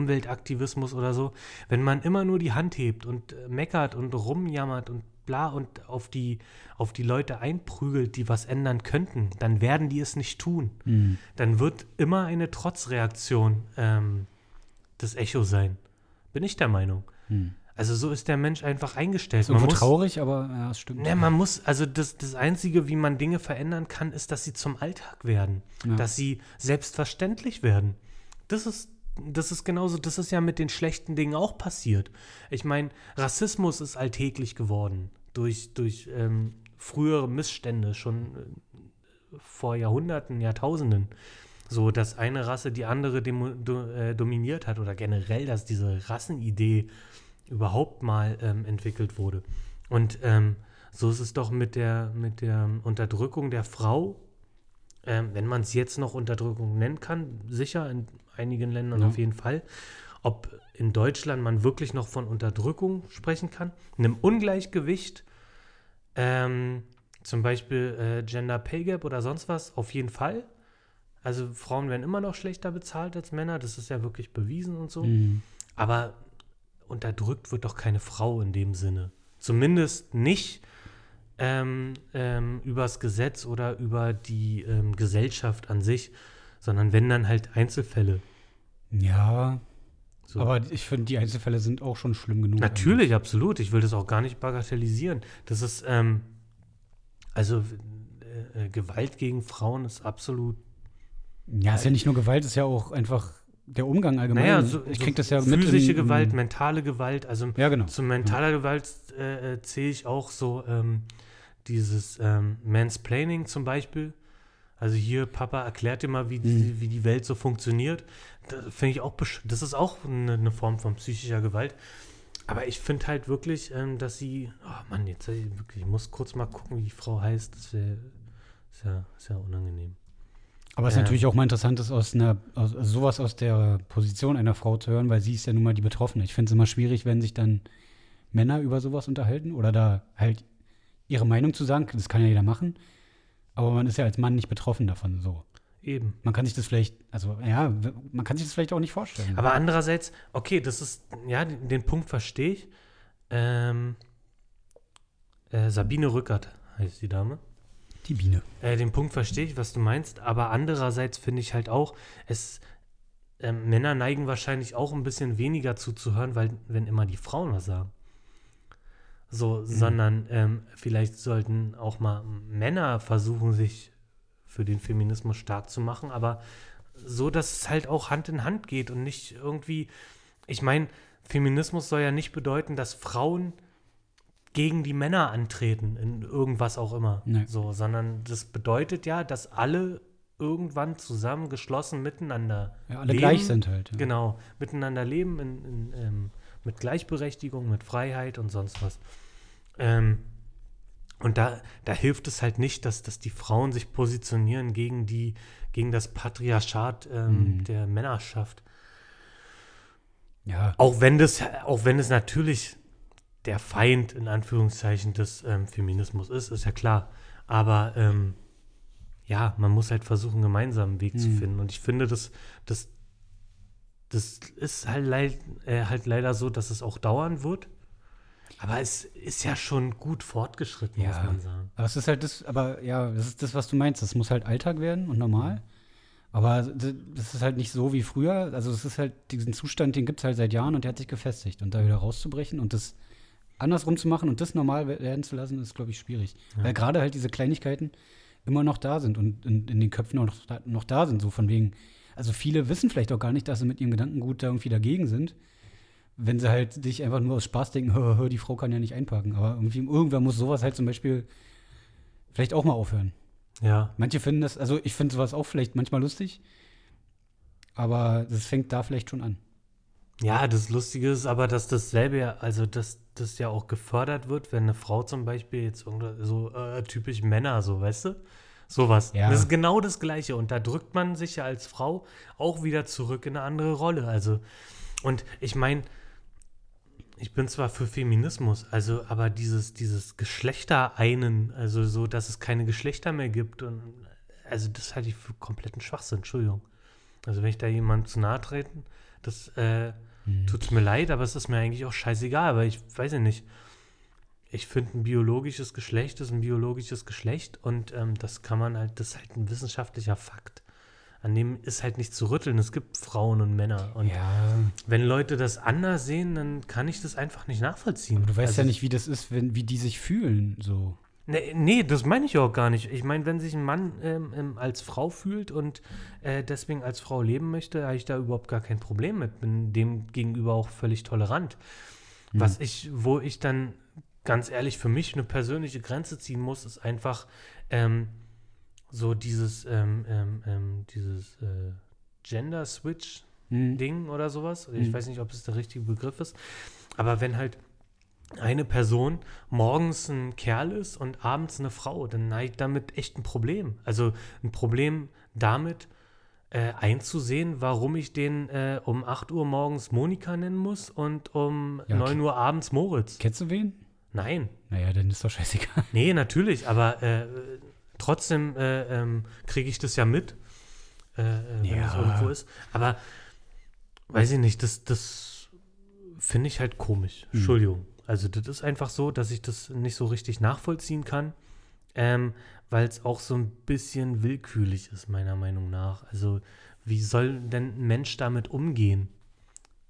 Speaker 2: Umweltaktivismus oder so. Wenn man immer nur die Hand hebt und äh, meckert und rumjammert und bla und auf die, auf die Leute einprügelt, die was ändern könnten, dann werden die es nicht tun. Dann wird immer eine Trotzreaktion ähm, das Echo sein. Bin ich der Meinung. Also so ist der Mensch einfach eingestellt.
Speaker 3: Mhm. Ist irgendwo
Speaker 2: muss-
Speaker 3: traurig, aber ja, es stimmt.
Speaker 2: Ne, man muss, also das, das Einzige, wie man Dinge verändern kann, ist, dass sie zum Alltag werden.
Speaker 3: Ja.
Speaker 2: Dass sie selbstverständlich werden. Das ist, das ist genauso, das ist ja mit den schlechten Dingen auch passiert. Ich meine, Rassismus ist alltäglich geworden durch, durch ähm, frühere Missstände, schon äh, vor Jahrhunderten, Jahrtausenden. So, dass eine Rasse die andere demo, do, äh, dominiert hat oder generell, dass diese Rassenidee überhaupt mal ähm, entwickelt wurde. Und ähm, so ist es doch mit der, mit der Unterdrückung der Frau ähm, wenn man es jetzt noch Unterdrückung nennen kann, sicher in einigen Ländern
Speaker 3: Ja.
Speaker 2: auf jeden Fall. Ob in Deutschland man wirklich noch von Unterdrückung sprechen kann, einem Ungleichgewicht, ähm, zum Beispiel äh, Gender Pay Gap oder sonst was, auf jeden Fall. Also Frauen werden immer noch schlechter bezahlt als Männer, das ist ja wirklich bewiesen und so.
Speaker 3: Mhm.
Speaker 2: Aber unterdrückt wird doch keine Frau in dem Sinne. Zumindest nicht ähm, ähm, übers Gesetz oder über die ähm, Gesellschaft an sich, sondern wenn dann halt Einzelfälle.
Speaker 3: Ja,
Speaker 2: So.
Speaker 3: aber ich finde, die Einzelfälle sind auch schon schlimm genug.
Speaker 2: Natürlich, absolut. Ich will das auch gar nicht bagatellisieren. Das ist, ähm, also äh, äh, Gewalt gegen Frauen ist absolut.
Speaker 3: eigentlich. Ja, ist ja nicht nur Gewalt, ist ja auch einfach der Umgang allgemein.
Speaker 2: Naja, so,
Speaker 3: ich
Speaker 2: so
Speaker 3: krieg das ja mit.
Speaker 2: physische
Speaker 3: in- in-
Speaker 2: Gewalt, mentale Gewalt, also
Speaker 3: Ja, genau.
Speaker 2: Zu mentaler Gewalt äh, äh, zähle ich auch so ähm, dieses ähm, Mansplaining zum Beispiel. Also hier, Papa erklärt dir mal, wie, die, wie die Welt so funktioniert. Das finde ich auch, besch- das ist auch eine, eine Form von psychischer Gewalt. Aber ich finde halt wirklich, ähm, dass sie, oh Mann, jetzt äh, wirklich, ich muss kurz mal gucken, wie die Frau heißt. Das wär, ist, ja, ist ja unangenehm.
Speaker 3: Aber es ist
Speaker 2: Ähm.
Speaker 3: natürlich auch mal interessant, ist aus einer, aus, also sowas aus der Position einer Frau zu hören, weil sie ist ja nun mal die Betroffene. Ich finde es immer schwierig, wenn sich dann Männer über sowas unterhalten oder da halt ihre Meinung zu sagen. Das kann ja jeder machen. Aber man ist ja als Mann nicht betroffen davon so.
Speaker 2: Eben.
Speaker 3: Man kann sich das vielleicht, also ja, w- man kann sich das vielleicht auch nicht vorstellen.
Speaker 2: Aber andererseits, okay, das ist, ja, den, den Punkt verstehe ich. Ähm, äh, Sabine Rückert heißt die Dame.
Speaker 3: die Biene.
Speaker 2: Äh, den Punkt verstehe ich, was du meinst, aber andererseits finde ich halt auch, es, ähm, Männer neigen wahrscheinlich auch ein bisschen weniger zuzuhören, weil, wenn immer die Frauen was sagen. So, sondern ähm, vielleicht sollten auch mal Männer versuchen, sich für den Feminismus stark zu machen, aber so, dass es halt auch Hand in Hand geht und nicht irgendwie, ich meine, Feminismus soll ja nicht bedeuten, dass Frauen gegen die Männer antreten, in irgendwas auch immer.
Speaker 3: Nee.
Speaker 2: So, sondern das bedeutet ja, dass alle irgendwann zusammen geschlossen miteinander
Speaker 3: Ja, alle gleich sind halt. Ja.
Speaker 2: Genau, miteinander leben, in, in, ähm, mit Gleichberechtigung, mit Freiheit und sonst was. Ähm, und da, da hilft es halt nicht, dass, dass die Frauen sich positionieren gegen, die, gegen das Patriarchat ähm,
Speaker 3: Mhm.
Speaker 2: der Männerschaft.
Speaker 3: Ja,
Speaker 2: Auch wenn das, auch wenn es natürlich der Feind in Anführungszeichen des ähm, Feminismus ist, ist ja klar. Aber ähm, ja, man muss halt versuchen, gemeinsam einen Weg zu
Speaker 3: Hm.
Speaker 2: finden. Und ich finde, das, das, das ist halt, leid, äh, halt leider so, dass es auch dauern wird. Aber es ist ja schon gut fortgeschritten, muss
Speaker 3: Ja.
Speaker 2: man sagen.
Speaker 3: aber es ist halt das, aber ja, das ist das, was du meinst. Das muss halt Alltag werden und normal. Aber d- das ist halt nicht so wie früher. Also es ist halt, diesen Zustand, den gibt es halt seit Jahren und der hat sich gefestigt. Und da wieder rauszubrechen und das andersrum zu machen und das normal we- werden zu lassen, ist, glaube ich, schwierig. Weil gerade halt diese Kleinigkeiten immer noch da sind und in, in den Köpfen auch noch da, noch da sind. So von wegen, also viele wissen vielleicht auch gar nicht, dass sie mit ihrem Gedankengut da irgendwie dagegen sind. Wenn sie halt dich einfach nur aus Spaß denken, hör, hör, die Frau kann ja nicht einparken. Aber irgendwie, irgendwer muss sowas halt zum Beispiel vielleicht auch mal aufhören.
Speaker 2: Ja,
Speaker 3: Manche finden das, also ich finde sowas auch vielleicht manchmal lustig, aber das fängt da vielleicht schon an.
Speaker 2: ja das Lustige ist aber, dass dasselbe ja, also dass das ja auch gefördert wird, wenn eine Frau zum Beispiel jetzt irgendwo- so äh, typisch Männer, so weißt du? Sowas.
Speaker 3: Ja.
Speaker 2: Das ist genau das Gleiche. Und da drückt man sich ja als Frau auch wieder zurück in eine andere Rolle. Also, und ich meine, ich bin zwar für Feminismus, also, aber dieses, dieses Geschlechtereinen, also so, dass es keine Geschlechter mehr gibt und also das halte ich für kompletten Schwachsinn, Entschuldigung. Also wenn ich da jemandem zu nahe treten, das äh,
Speaker 3: Mhm.
Speaker 2: tut's mir leid, aber es ist mir eigentlich auch scheißegal, weil ich weiß ja nicht. Ich finde, ein biologisches Geschlecht ist ein biologisches Geschlecht und ähm, das kann man halt, das ist halt ein wissenschaftlicher Fakt. An dem ist halt nicht zu rütteln. Es gibt Frauen und Männer. Und
Speaker 3: Ja,
Speaker 2: wenn Leute das anders sehen, dann kann ich das einfach nicht nachvollziehen.
Speaker 3: aber du weißt
Speaker 2: Also
Speaker 3: ja nicht, wie das ist, wenn, wie die sich fühlen, so.
Speaker 2: Nee, Ne, nee das meine ich auch gar nicht. Ich meine, wenn sich ein Mann ähm, ähm, als Frau fühlt und äh, deswegen als Frau leben möchte, habe ich da überhaupt gar kein Problem mit. Bin dem gegenüber auch völlig tolerant. Was ich, wo ich dann ganz ehrlich für mich eine persönliche Grenze ziehen muss, ist einfach ähm, so dieses, ähm, ähm, ähm, dieses äh, Gender Switch,
Speaker 3: Mhm.
Speaker 2: Also Ding oder sowas. Ich weiß nicht, ob es der richtige Begriff ist. Aber wenn halt eine Person morgens ein Kerl ist und abends eine Frau, dann habe ich damit echt ein Problem. Also ein Problem damit äh, einzusehen, warum ich den äh, um 8 Uhr morgens Monika nennen muss und um
Speaker 3: Ja,
Speaker 2: 9 Uhr abends Moritz.
Speaker 3: Kennst du wen?
Speaker 2: Nein,
Speaker 3: Naja, dann ist doch scheißegal.
Speaker 2: nee, natürlich, aber äh, trotzdem äh, ähm, kriege ich das ja mit, äh, äh, wenn
Speaker 3: Ja.
Speaker 2: es irgendwo ist. Aber weiß ich nicht, das, das finde ich halt komisch. Entschuldigung. Also das ist einfach so, dass ich das nicht so richtig nachvollziehen kann, ähm, weil es auch so ein bisschen willkürlich ist, meiner Meinung nach. Also wie soll denn ein Mensch damit umgehen?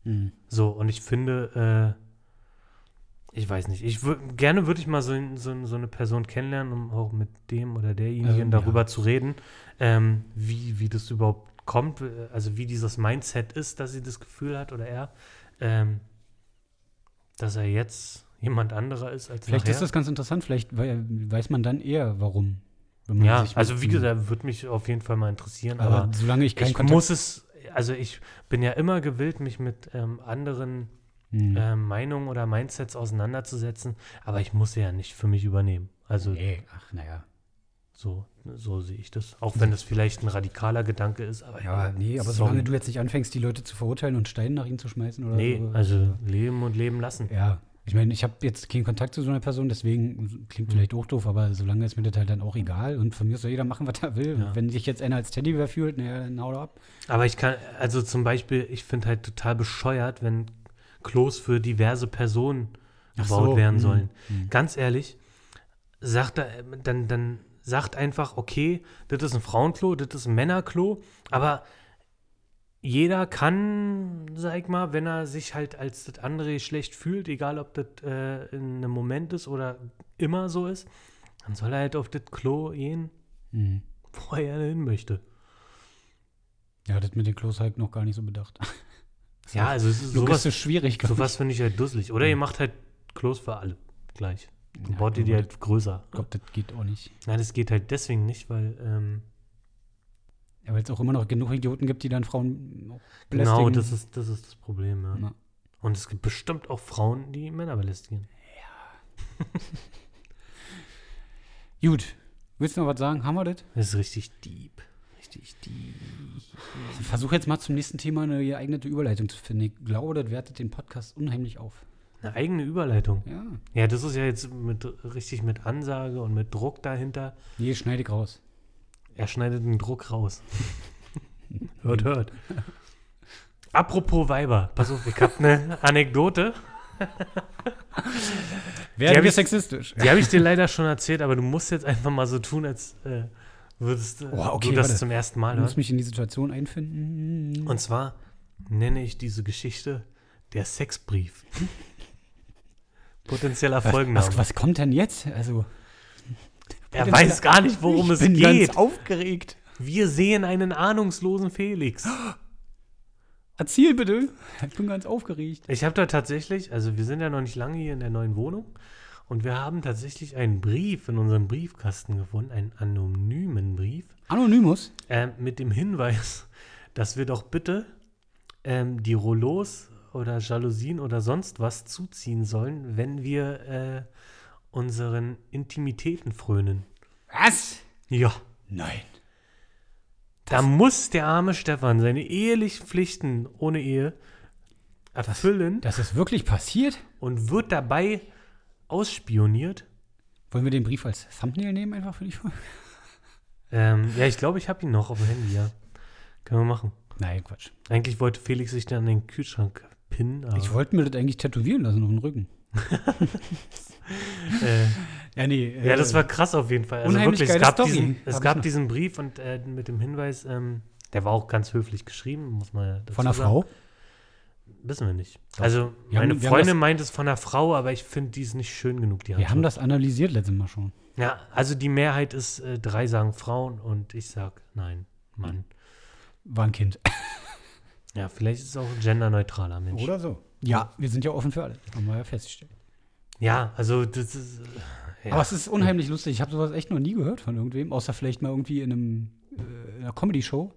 Speaker 3: Hm.
Speaker 2: So, und ich finde, äh, ich weiß nicht, ich wür- gerne würde ich mal so, ein- so, ein- so eine Person kennenlernen, um auch mit dem oder derjenigen
Speaker 3: Ähm,
Speaker 2: darüber zu reden, ähm, wie, wie das überhaupt kommt, äh, also wie dieses Mindset ist, dass sie das Gefühl hat oder er, ähm, dass er jetzt jemand anderer ist als
Speaker 3: Vielleicht
Speaker 2: nachher.
Speaker 3: ist das ganz interessant, vielleicht wei- weiß man dann eher, warum. wenn man
Speaker 2: ja,
Speaker 3: sich mit- hm.
Speaker 2: also wie gesagt, würde mich auf jeden Fall mal interessieren, aber,
Speaker 3: aber solange ich keinen
Speaker 2: ich
Speaker 3: Kontakt-
Speaker 2: muss es, also ich bin ja immer gewillt, mich mit ähm, anderen
Speaker 3: Hm.
Speaker 2: äh, Meinungen oder Mindsets auseinanderzusetzen, aber ich muss sie ja nicht für mich übernehmen. Also
Speaker 3: nee, ach, naja.
Speaker 2: so, so sehe ich das. Auch wenn das vielleicht ein radikaler Gedanke ist, aber
Speaker 3: Ja, nee, aber
Speaker 2: sorry.
Speaker 3: solange du jetzt nicht anfängst, die Leute zu verurteilen und Steine nach ihnen zu schmeißen oder
Speaker 2: Nee,
Speaker 3: so.
Speaker 2: also leben und leben lassen.
Speaker 3: Ja, ich meine, ich habe jetzt keinen Kontakt zu so einer Person, deswegen
Speaker 2: Hm.
Speaker 3: klingt vielleicht auch doof, aber solange ist mir das halt dann auch egal und von mir soll jeder machen, was er will.
Speaker 2: Ja.
Speaker 3: Wenn sich jetzt einer als Teddybär fühlt, naja, dann hau doch ab.
Speaker 2: Aber ich kann, also zum Beispiel, ich finde halt total bescheuert, wenn Klos für diverse Personen
Speaker 3: Ach
Speaker 2: gebaut
Speaker 3: so,
Speaker 2: werden
Speaker 3: hm,
Speaker 2: sollen. Ganz ehrlich, sagt er, dann, dann sagt einfach, okay, das ist ein Frauenklo, das ist ein Männerklo, aber jeder kann, sag ich mal, wenn er sich halt als das andere schlecht fühlt, egal ob das äh, in einem Moment ist oder immer so ist, dann soll er halt auf das Klo gehen, Hm.
Speaker 3: Mhm.
Speaker 2: wo er hin möchte.
Speaker 3: Ja, das mit den Klos halt noch gar nicht so bedacht.
Speaker 2: Ja, also es ist sowas
Speaker 3: Logistisch schwierig. glaub ich.
Speaker 2: Sowas finde ich halt dusselig. Oder ihr macht halt Klos für alle gleich. Dann
Speaker 3: Ja,
Speaker 2: baut ihr die
Speaker 3: aber
Speaker 2: halt größer.
Speaker 3: Ich glaube, das geht auch nicht.
Speaker 2: Nein, das geht halt deswegen nicht, weil ähm,
Speaker 3: Ja, Weil es auch immer noch genug Idioten gibt, die dann Frauen auch belästigen.
Speaker 2: genau das ist, das ist das Problem. Ja.
Speaker 3: Ja.
Speaker 2: Und es gibt bestimmt auch Frauen, die Männer belästigen.
Speaker 3: Gut, willst du noch was sagen? Haben wir das?
Speaker 2: Das ist richtig deep. Richtig deep.
Speaker 3: Versuch jetzt mal zum nächsten Thema eine geeignete Überleitung zu finden. Ich glaube, das wertet den Podcast unheimlich auf.
Speaker 2: Eine eigene Überleitung.
Speaker 3: Ja.
Speaker 2: Ja, das ist ja jetzt mit, richtig mit Ansage und mit Druck dahinter.
Speaker 3: Nee, schneide ich raus.
Speaker 2: Er schneidet den Druck raus. hört, hört. Apropos Weiber. Pass auf, ich habe eine Anekdote.
Speaker 3: Werden
Speaker 2: wir
Speaker 3: sexistisch?
Speaker 2: Die habe ich dir leider schon erzählt, aber du musst jetzt einfach mal so tun, als äh, würdest äh,
Speaker 3: Oh, okay,
Speaker 2: du das
Speaker 3: warte.
Speaker 2: zum ersten Mal
Speaker 3: Ich muss
Speaker 2: hören.
Speaker 3: mich in die Situation einfinden.
Speaker 2: Und zwar nenne ich diese Geschichte der Sexbrief. Potenzieller Folgenname.
Speaker 3: was, was kommt denn jetzt? Also,
Speaker 2: er weiß gar nicht, worum
Speaker 3: ich
Speaker 2: es
Speaker 3: bin
Speaker 2: geht.
Speaker 3: ganz aufgeregt.
Speaker 2: Wir sehen einen ahnungslosen Felix.
Speaker 3: Erzähl bitte. Ich bin ganz aufgeregt.
Speaker 2: Ich habe da tatsächlich, also wir sind ja noch nicht lange hier in der neuen Wohnung und wir haben tatsächlich einen Brief in unserem Briefkasten gefunden, einen anonymen Brief.
Speaker 3: Anonymous?
Speaker 2: ähm, mit dem Hinweis, dass wir doch bitte ähm, die Rollos oder Jalousien oder sonst was zuziehen sollen, wenn wir äh, unseren Intimitäten frönen.
Speaker 3: Was?
Speaker 2: Ja,
Speaker 3: Nein.
Speaker 2: da muss der arme Stefan seine ehelichen Pflichten ohne Ehe erfüllen
Speaker 3: Das ist wirklich passiert?
Speaker 2: und wird dabei ausspioniert.
Speaker 3: Wollen wir den Brief als Thumbnail nehmen einfach für die Folge?
Speaker 2: Ähm, ja, ich glaube, ich habe ihn noch auf dem Handy, ja. Können wir machen.
Speaker 3: Nein, Quatsch.
Speaker 2: Eigentlich wollte Felix sich dann an den Kühlschrank pinnen, aber
Speaker 3: Ich wollte mir das eigentlich tätowieren lassen auf den Rücken.
Speaker 2: äh,
Speaker 3: Ja, nee.
Speaker 2: Ja, das war krass auf jeden Fall. Also
Speaker 3: Äh, Unheimlich
Speaker 2: wirklich, es
Speaker 3: geile
Speaker 2: gab,
Speaker 3: Story.
Speaker 2: diesen, es
Speaker 3: Hab
Speaker 2: gab
Speaker 3: ich-
Speaker 2: diesen Brief und äh, mit dem Hinweis, ähm, der war auch ganz höflich geschrieben, muss man ja dazu
Speaker 3: Von einer
Speaker 2: sagen.
Speaker 3: Frau?
Speaker 2: Wissen wir nicht. Also
Speaker 3: Wir haben-
Speaker 2: meine
Speaker 3: wir haben
Speaker 2: Freundin
Speaker 3: das-
Speaker 2: meint es von einer Frau, aber ich finde, die ist nicht schön genug, die
Speaker 3: Wir haben
Speaker 2: Handschrift.
Speaker 3: das analysiert letztes Mal schon.
Speaker 2: Ja, also die Mehrheit ist, äh, drei sagen Frauen und ich sag nein, Mann.
Speaker 3: War ein Kind.
Speaker 2: Ja, vielleicht ist es auch ein genderneutraler Mensch.
Speaker 3: so. Ja, wir sind ja offen für alle. Haben wir ja festgestellt.
Speaker 2: Ja, also das ist, äh, ja.
Speaker 3: Aber es ist unheimlich lustig. Ich habe sowas echt noch nie gehört von irgendwem, außer vielleicht mal irgendwie in, einem, äh, in einer Comedy-Show.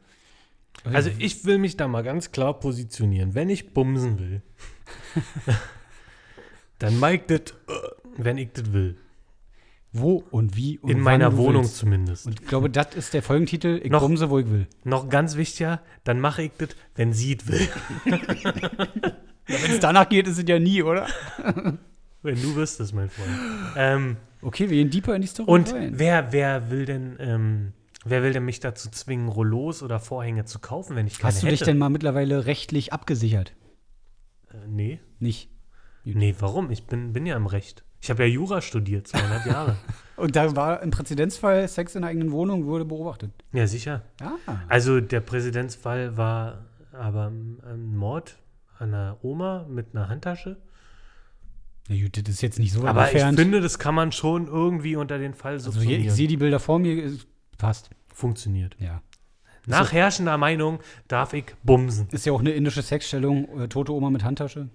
Speaker 2: Also ich will mich da mal ganz klar positionieren. Wenn ich bumsen will, Dann Mike das, äh, wenn ich das will.
Speaker 3: Wo und wie und
Speaker 2: In
Speaker 3: wann
Speaker 2: meiner
Speaker 3: du
Speaker 2: Wohnung
Speaker 3: willst.
Speaker 2: zumindest.
Speaker 3: Und ich glaube, das ist der Folgentitel. Ich
Speaker 2: Noch-
Speaker 3: bumse, wo ich will.
Speaker 2: Noch ganz wichtiger, dann mache ich das, wenn sie es will.
Speaker 3: Wenn es danach geht, ist es ja nie, oder?
Speaker 2: Wenn du wüsstest, mein Freund. Ähm,
Speaker 3: Okay, wir gehen deeper in die Story
Speaker 2: und
Speaker 3: rein.
Speaker 2: wer, wer will denn, ähm, wer will denn mich dazu zwingen, Rollos oder Vorhänge zu kaufen, wenn ich keine
Speaker 3: Hast du
Speaker 2: hätte?
Speaker 3: dich denn mal mittlerweile rechtlich abgesichert?
Speaker 2: Äh, nee.
Speaker 3: Nicht.
Speaker 2: Nee, warum? Ich bin, bin ja im Recht. Ich habe ja Jura studiert, zweieinhalb Jahre.
Speaker 3: Und da war im Präzedenzfall Sex in der eigenen Wohnung wurde beobachtet.
Speaker 2: Ja, sicher.
Speaker 3: Ah.
Speaker 2: Also der Präsidentsfall war aber ein Mord an einer Oma mit einer Handtasche.
Speaker 3: Na gut, das ist jetzt nicht so weit
Speaker 2: Aber
Speaker 3: entfernt.
Speaker 2: ich finde, das kann man schon irgendwie unter den Fall
Speaker 3: also hier,
Speaker 2: subsumieren.
Speaker 3: ich sehe die Bilder vor mir. es Passt.
Speaker 2: Funktioniert.
Speaker 3: Ja.
Speaker 2: Nach herrschender Meinung darf ich bumsen.
Speaker 3: Ist ja auch eine indische Sexstellung. Äh, tote Oma mit Handtasche.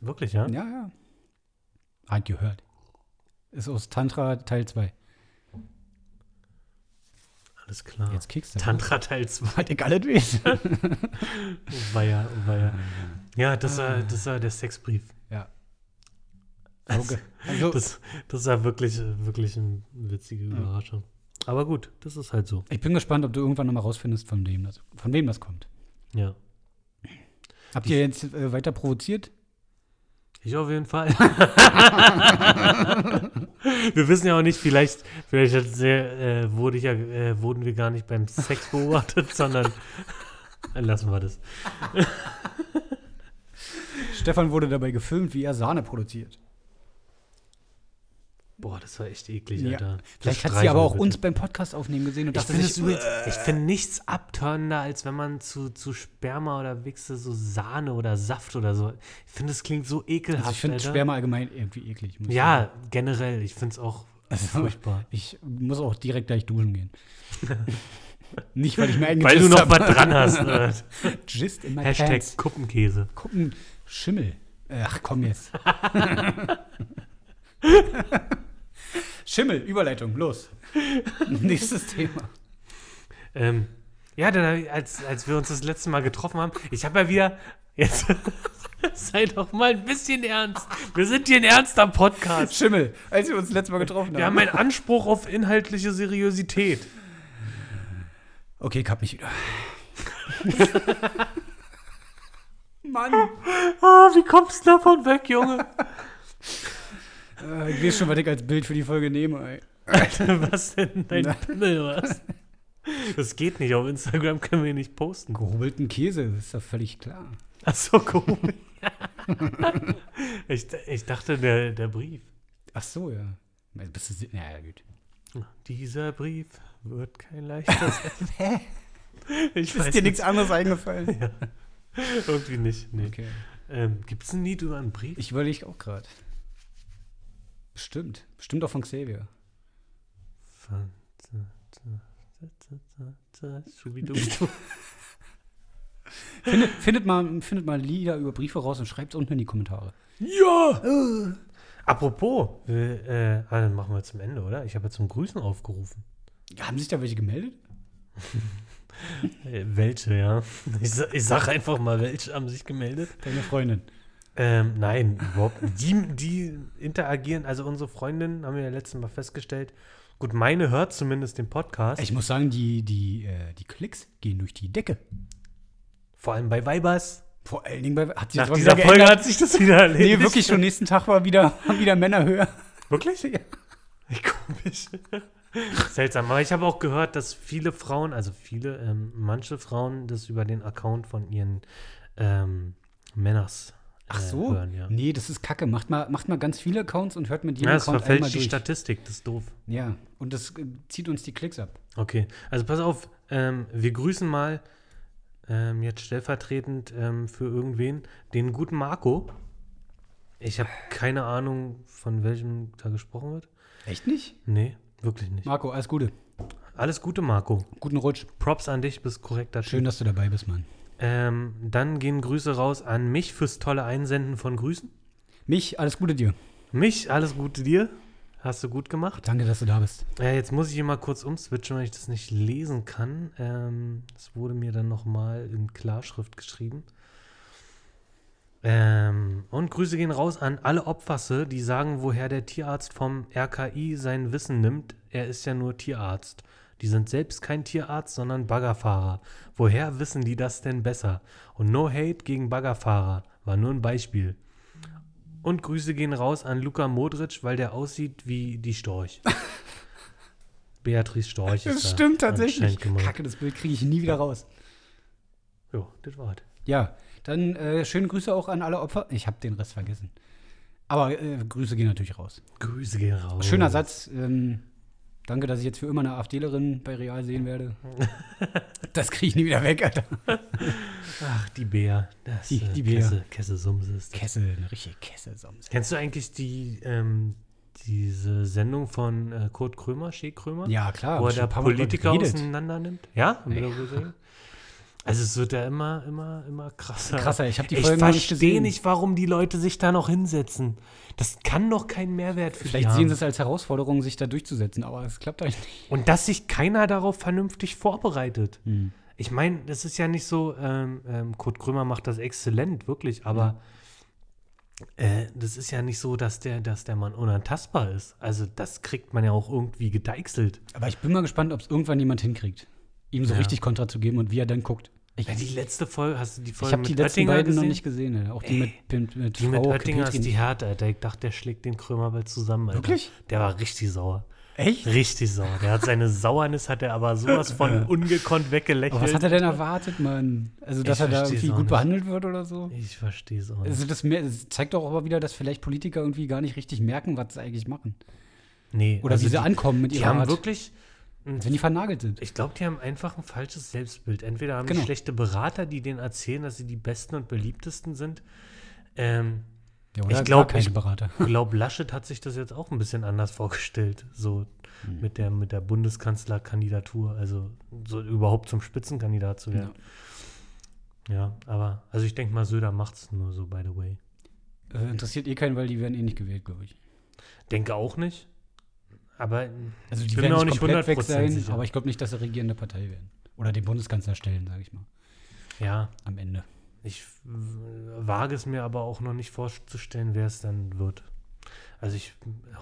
Speaker 2: Wirklich, ja?
Speaker 3: Ja, ja. Hat gehört. Ist aus Tantra Teil 2.
Speaker 2: Alles klar.
Speaker 3: Jetzt kickst du.
Speaker 2: Tantra Teil 2.
Speaker 3: Hat ich alles weiß.
Speaker 2: Oh, weia, oh, weia. Ja, das
Speaker 3: Ah.
Speaker 2: war, das war der Sexbrief.
Speaker 3: Ja. Okay. Also,
Speaker 2: Das, das war wirklich, wirklich eine witzige Überraschung. Aber gut, das ist halt so.
Speaker 3: ich bin gespannt, ob du irgendwann nochmal rausfindest, von wem, das, von wem das kommt.
Speaker 2: Ja.
Speaker 3: Habt ihr jetzt äh, weiter provoziert?
Speaker 2: Ich auf jeden Fall. wir wissen ja auch nicht, vielleicht, vielleicht hat sehr, äh, wurde ich ja, äh, wurden wir gar nicht beim Sex beobachtet, sondern lassen wir das.
Speaker 3: Stefan wurde dabei gefilmt, wie er Sahne produziert.
Speaker 2: Boah, das war echt eklig,
Speaker 3: Ja.
Speaker 2: Alter.
Speaker 3: Vielleicht hat sie
Speaker 2: Streichel
Speaker 3: aber auch
Speaker 2: bitte.
Speaker 3: uns beim Podcast aufnehmen gesehen und
Speaker 2: Ich
Speaker 3: dachte
Speaker 2: finde
Speaker 3: sich,
Speaker 2: es übrigens,
Speaker 3: äh.
Speaker 2: ich finde nichts abtörender, als wenn man zu, zu Sperma oder Wichse so Sahne oder Saft oder so. Ich finde, es klingt so ekelhaft.
Speaker 3: also ich finde
Speaker 2: Alter.
Speaker 3: Sperma allgemein irgendwie eklig. muss ich
Speaker 2: Ja,
Speaker 3: sagen.
Speaker 2: generell. Ich finde es auch
Speaker 3: Also
Speaker 2: furchtbar.
Speaker 3: Ich muss auch direkt gleich duschen gehen. Nicht, weil ich mir eigentlich
Speaker 2: Weil du noch was dran hast. ne?
Speaker 3: Gist in my
Speaker 2: Hashtag
Speaker 3: pants.
Speaker 2: Kuppenkäse.
Speaker 3: Gucken, Schimmel. Ach komm jetzt. Schimmel, Überleitung, los. Nächstes Thema.
Speaker 2: Ähm, ja, dann, hab ich- als, als wir uns das letzte Mal getroffen haben, ich habe ja wieder. Jetzt sei doch mal ein bisschen ernst. Wir sind hier ein ernster Podcast.
Speaker 3: Schimmel, als wir uns letztes Mal getroffen
Speaker 2: Wir haben einen Anspruch auf inhaltliche Seriosität.
Speaker 3: Okay, ich hab mich wieder. Mann,
Speaker 2: Ah, wie kommst du davon weg, Junge?
Speaker 3: äh, ich weiß schon, was ich als Bild für die Folge nehme. Ey.
Speaker 2: was denn dein
Speaker 3: Na.
Speaker 2: Pimmel, was? Das geht nicht, auf Instagram können wir ihn nicht posten.
Speaker 3: Gehobelten Käse, ist doch völlig klar.
Speaker 2: Achso, cool. ich, ich dachte, der, der Brief.
Speaker 3: Ach so, ja. Bist du, si- na ja, gut.
Speaker 2: Dieser Brief wird kein leichtes. ich weiß nicht.
Speaker 3: anderes eingefallen?
Speaker 2: Irgendwie nicht. Nee.
Speaker 3: Okay.
Speaker 2: Ähm, Gibt es ein Lied über einen Brief?
Speaker 3: Ich überlege auch gerade. Bestimmt. Bestimmt auch von Xavier.
Speaker 2: Schubidubidu.
Speaker 3: Findet, findet, mal, findet mal Lieder über Briefe raus und schreibt es unten in die Kommentare.
Speaker 2: ja! Äh. Apropos, wir, äh, ah, dann machen wir zum Ende, oder? Ich habe ja zum Grüßen aufgerufen.
Speaker 3: Haben sich da welche gemeldet?
Speaker 2: Äh, welche, ja? Ich, sa- ich sag einfach mal, welche haben sich gemeldet.
Speaker 3: Deine Freundin.
Speaker 2: Ähm, nein, überhaupt nicht. Die, die interagieren, also unsere Freundinnen haben wir ja letztes Mal festgestellt. Gut, meine hört zumindest den Podcast.
Speaker 3: Ich muss sagen, die, die, äh, die Klicks gehen durch die Decke.
Speaker 2: Vor allem bei Weibers.
Speaker 3: Vor allen Dingen bei. Hat sich
Speaker 2: Nach
Speaker 3: das mal
Speaker 2: dieser
Speaker 3: wieder
Speaker 2: Folge
Speaker 3: geändert?
Speaker 2: hat sich das wieder erledigt.
Speaker 3: Nee, wirklich schon. Nächsten Tag war wieder, waren wieder Männer höher.
Speaker 2: Wirklich? Ja. Komisch. Seltsam. Aber ich habe auch gehört, dass viele Frauen, also viele, ähm, manche Frauen das über den Account von ihren ähm, Männers äh,
Speaker 3: Ach so.
Speaker 2: hören. Ja,
Speaker 3: Nee, das ist kacke. Macht mal, macht mal ganz viele Accounts und hört mit jedem
Speaker 2: ja das
Speaker 3: Account einmal
Speaker 2: verfälscht die
Speaker 3: durch.
Speaker 2: Statistik. Das ist doof.
Speaker 3: Ja, und das äh, zieht uns die Klicks ab.
Speaker 2: Okay, also pass auf, ähm, wir grüßen mal ähm, jetzt stellvertretend ähm, für irgendwen den guten Marco. Ich habe keine Ahnung, von welchem da gesprochen wird.
Speaker 3: Echt nicht?
Speaker 2: Nee, wirklich nicht.
Speaker 3: Marco, alles Gute.
Speaker 2: Alles Gute, Marco.
Speaker 3: Guten Rutsch.
Speaker 2: Props an dich, bist korrekter
Speaker 3: Schön,
Speaker 2: Typ.
Speaker 3: dass du dabei bist, Mann.
Speaker 2: Ähm, dann gehen Grüße raus an mich fürs tolle Einsenden von Grüßen.
Speaker 3: Mich, alles Gute dir.
Speaker 2: Mich, alles Gute dir. Hast du gut gemacht.
Speaker 3: Danke, dass du da bist.
Speaker 2: Äh, jetzt muss ich hier mal kurz umswitchen, weil ich das nicht lesen kann. Ähm, Es wurde mir dann nochmal in Klarschrift geschrieben. Ähm, und Grüße gehen raus an alle Opfasse, die sagen, woher der Tierarzt vom RKI sein Wissen nimmt. Er ist ja nur Tierarzt. Die sind selbst kein Tierarzt, sondern Baggerfahrer. Woher wissen die das denn besser? Und no hate gegen Baggerfahrer. War nur ein Beispiel. Und Grüße gehen raus an Luka Modric, weil der aussieht wie die Storch. Beatrice Storch ist
Speaker 3: Das
Speaker 2: da
Speaker 3: stimmt tatsächlich.
Speaker 2: anscheinend gemeint.
Speaker 3: Kacke, das Bild kriege ich nie wieder raus.
Speaker 2: Jo, das war's.
Speaker 3: Ja, dann äh, schöne Grüße auch an alle Opfer. Ich habe den Rest vergessen. Aber äh, Grüße gehen natürlich raus.
Speaker 2: Grüße gehen raus.
Speaker 3: Schöner Satz. Ähm, danke, dass ich jetzt für immer eine AfDlerin bei Real sehen werde. das kriege ich nie wieder weg, Alter.
Speaker 2: Ach, die Bär. Das,
Speaker 3: Die-
Speaker 2: äh,
Speaker 3: die Bär.
Speaker 2: Kesse, Kesse Sumse ist das.
Speaker 3: Kessel, eine richtige Kesselsomse.
Speaker 2: Kennst du eigentlich die, ähm, diese Sendung von äh, Kurt Krömer, Shea Krömer?
Speaker 3: Ja, klar.
Speaker 2: wo er
Speaker 3: hab ich
Speaker 2: da
Speaker 3: schon ein paar Mal
Speaker 2: Politiker
Speaker 3: geredet.
Speaker 2: auseinander nimmt? Ja? Haben wir darüber geredet? Also es wird ja immer, immer, immer krasser.
Speaker 3: Krasser, ich hab die
Speaker 2: ich
Speaker 3: Folgen noch nicht
Speaker 2: verstehe
Speaker 3: gesehen.
Speaker 2: nicht, warum die Leute sich da noch hinsetzen. Das kann doch keinen Mehrwert für
Speaker 3: Vielleicht
Speaker 2: die
Speaker 3: sehen
Speaker 2: haben.
Speaker 3: sie es als Herausforderung, sich da durchzusetzen, aber es klappt eigentlich nicht.
Speaker 2: Und dass sich keiner darauf vernünftig vorbereitet. Ich meine, das ist ja nicht so, ähm, ähm, Kurt Krömer macht das exzellent, wirklich, aber äh, das ist ja nicht so, dass der, dass der Mann unantastbar ist. Also das kriegt man ja auch irgendwie gedeichselt.
Speaker 3: Aber ich bin mal gespannt, ob es irgendwann jemand hinkriegt, ihm so
Speaker 2: Ja.
Speaker 3: richtig Kontra zu geben und wie er dann guckt. Ich,
Speaker 2: Ja, die letzte Folge, hast du die
Speaker 3: ich
Speaker 2: Folge
Speaker 3: habe die
Speaker 2: mit
Speaker 3: letzten
Speaker 2: Oettinger
Speaker 3: beiden
Speaker 2: gesehen?
Speaker 3: noch nicht gesehen. Alter. Auch
Speaker 2: Ey,
Speaker 3: die mit, mit, mit
Speaker 2: Die mit
Speaker 3: Frau
Speaker 2: Oettinger ist die
Speaker 3: Petri.
Speaker 2: hart, Alter. Ich dachte, der schlägt den Krömer bald zusammen, Alter.
Speaker 3: Wirklich?
Speaker 2: Der war richtig sauer.
Speaker 3: Echt?
Speaker 2: Richtig sauer. Der hat seine Sauernis, hat er aber sowas von ungekonnt weggelächelt.
Speaker 3: Aber was hat er denn erwartet, Mann? Also, dass
Speaker 2: Ich
Speaker 3: er da
Speaker 2: versteh's
Speaker 3: irgendwie
Speaker 2: auch
Speaker 3: gut
Speaker 2: nicht.
Speaker 3: behandelt wird oder so?
Speaker 2: Ich verstehe es auch nicht.
Speaker 3: Also das, mehr, das zeigt doch aber wieder, dass vielleicht Politiker irgendwie gar nicht richtig merken, was sie eigentlich machen.
Speaker 2: Nee,
Speaker 3: Oder
Speaker 2: also
Speaker 3: wie sie
Speaker 2: die,
Speaker 3: ankommen mit
Speaker 2: Die
Speaker 3: ihrer
Speaker 2: haben
Speaker 3: Art.
Speaker 2: wirklich, ein-
Speaker 3: Wenn die vernagelt sind.
Speaker 2: ich glaube, die haben einfach ein falsches Selbstbild. Entweder haben
Speaker 3: Genau.
Speaker 2: die schlechte Berater, die denen erzählen, dass sie die Besten und Beliebtesten sind. Ähm,
Speaker 3: Ja,
Speaker 2: ich
Speaker 3: gar
Speaker 2: glaub,
Speaker 3: keine
Speaker 2: ich-
Speaker 3: Berater.
Speaker 2: ich glaube, Laschet hat sich das jetzt auch ein bisschen anders vorgestellt, so
Speaker 3: Mhm.
Speaker 2: mit der, mit der Bundeskanzlerkandidatur, also so überhaupt zum Spitzenkandidat zu werden. Ja, aber, also ich denke mal, Söder macht's nur so, by the way.
Speaker 3: Äh, interessiert eh keinen, weil die werden eh nicht gewählt, glaube ich.
Speaker 2: Denke auch nicht, aber
Speaker 3: Also
Speaker 2: Ich
Speaker 3: die
Speaker 2: bin
Speaker 3: werden
Speaker 2: mir auch
Speaker 3: nicht
Speaker 2: nicht
Speaker 3: komplett weg
Speaker 2: 100%
Speaker 3: sein,
Speaker 2: sicher.
Speaker 3: aber ich glaube nicht, dass sie regierende Partei werden. Oder den Bundeskanzler stellen, sage ich mal,
Speaker 2: ja,
Speaker 3: am Ende.
Speaker 2: ich w- wage es mir aber auch noch nicht vorzustellen, wer es dann wird. Also ich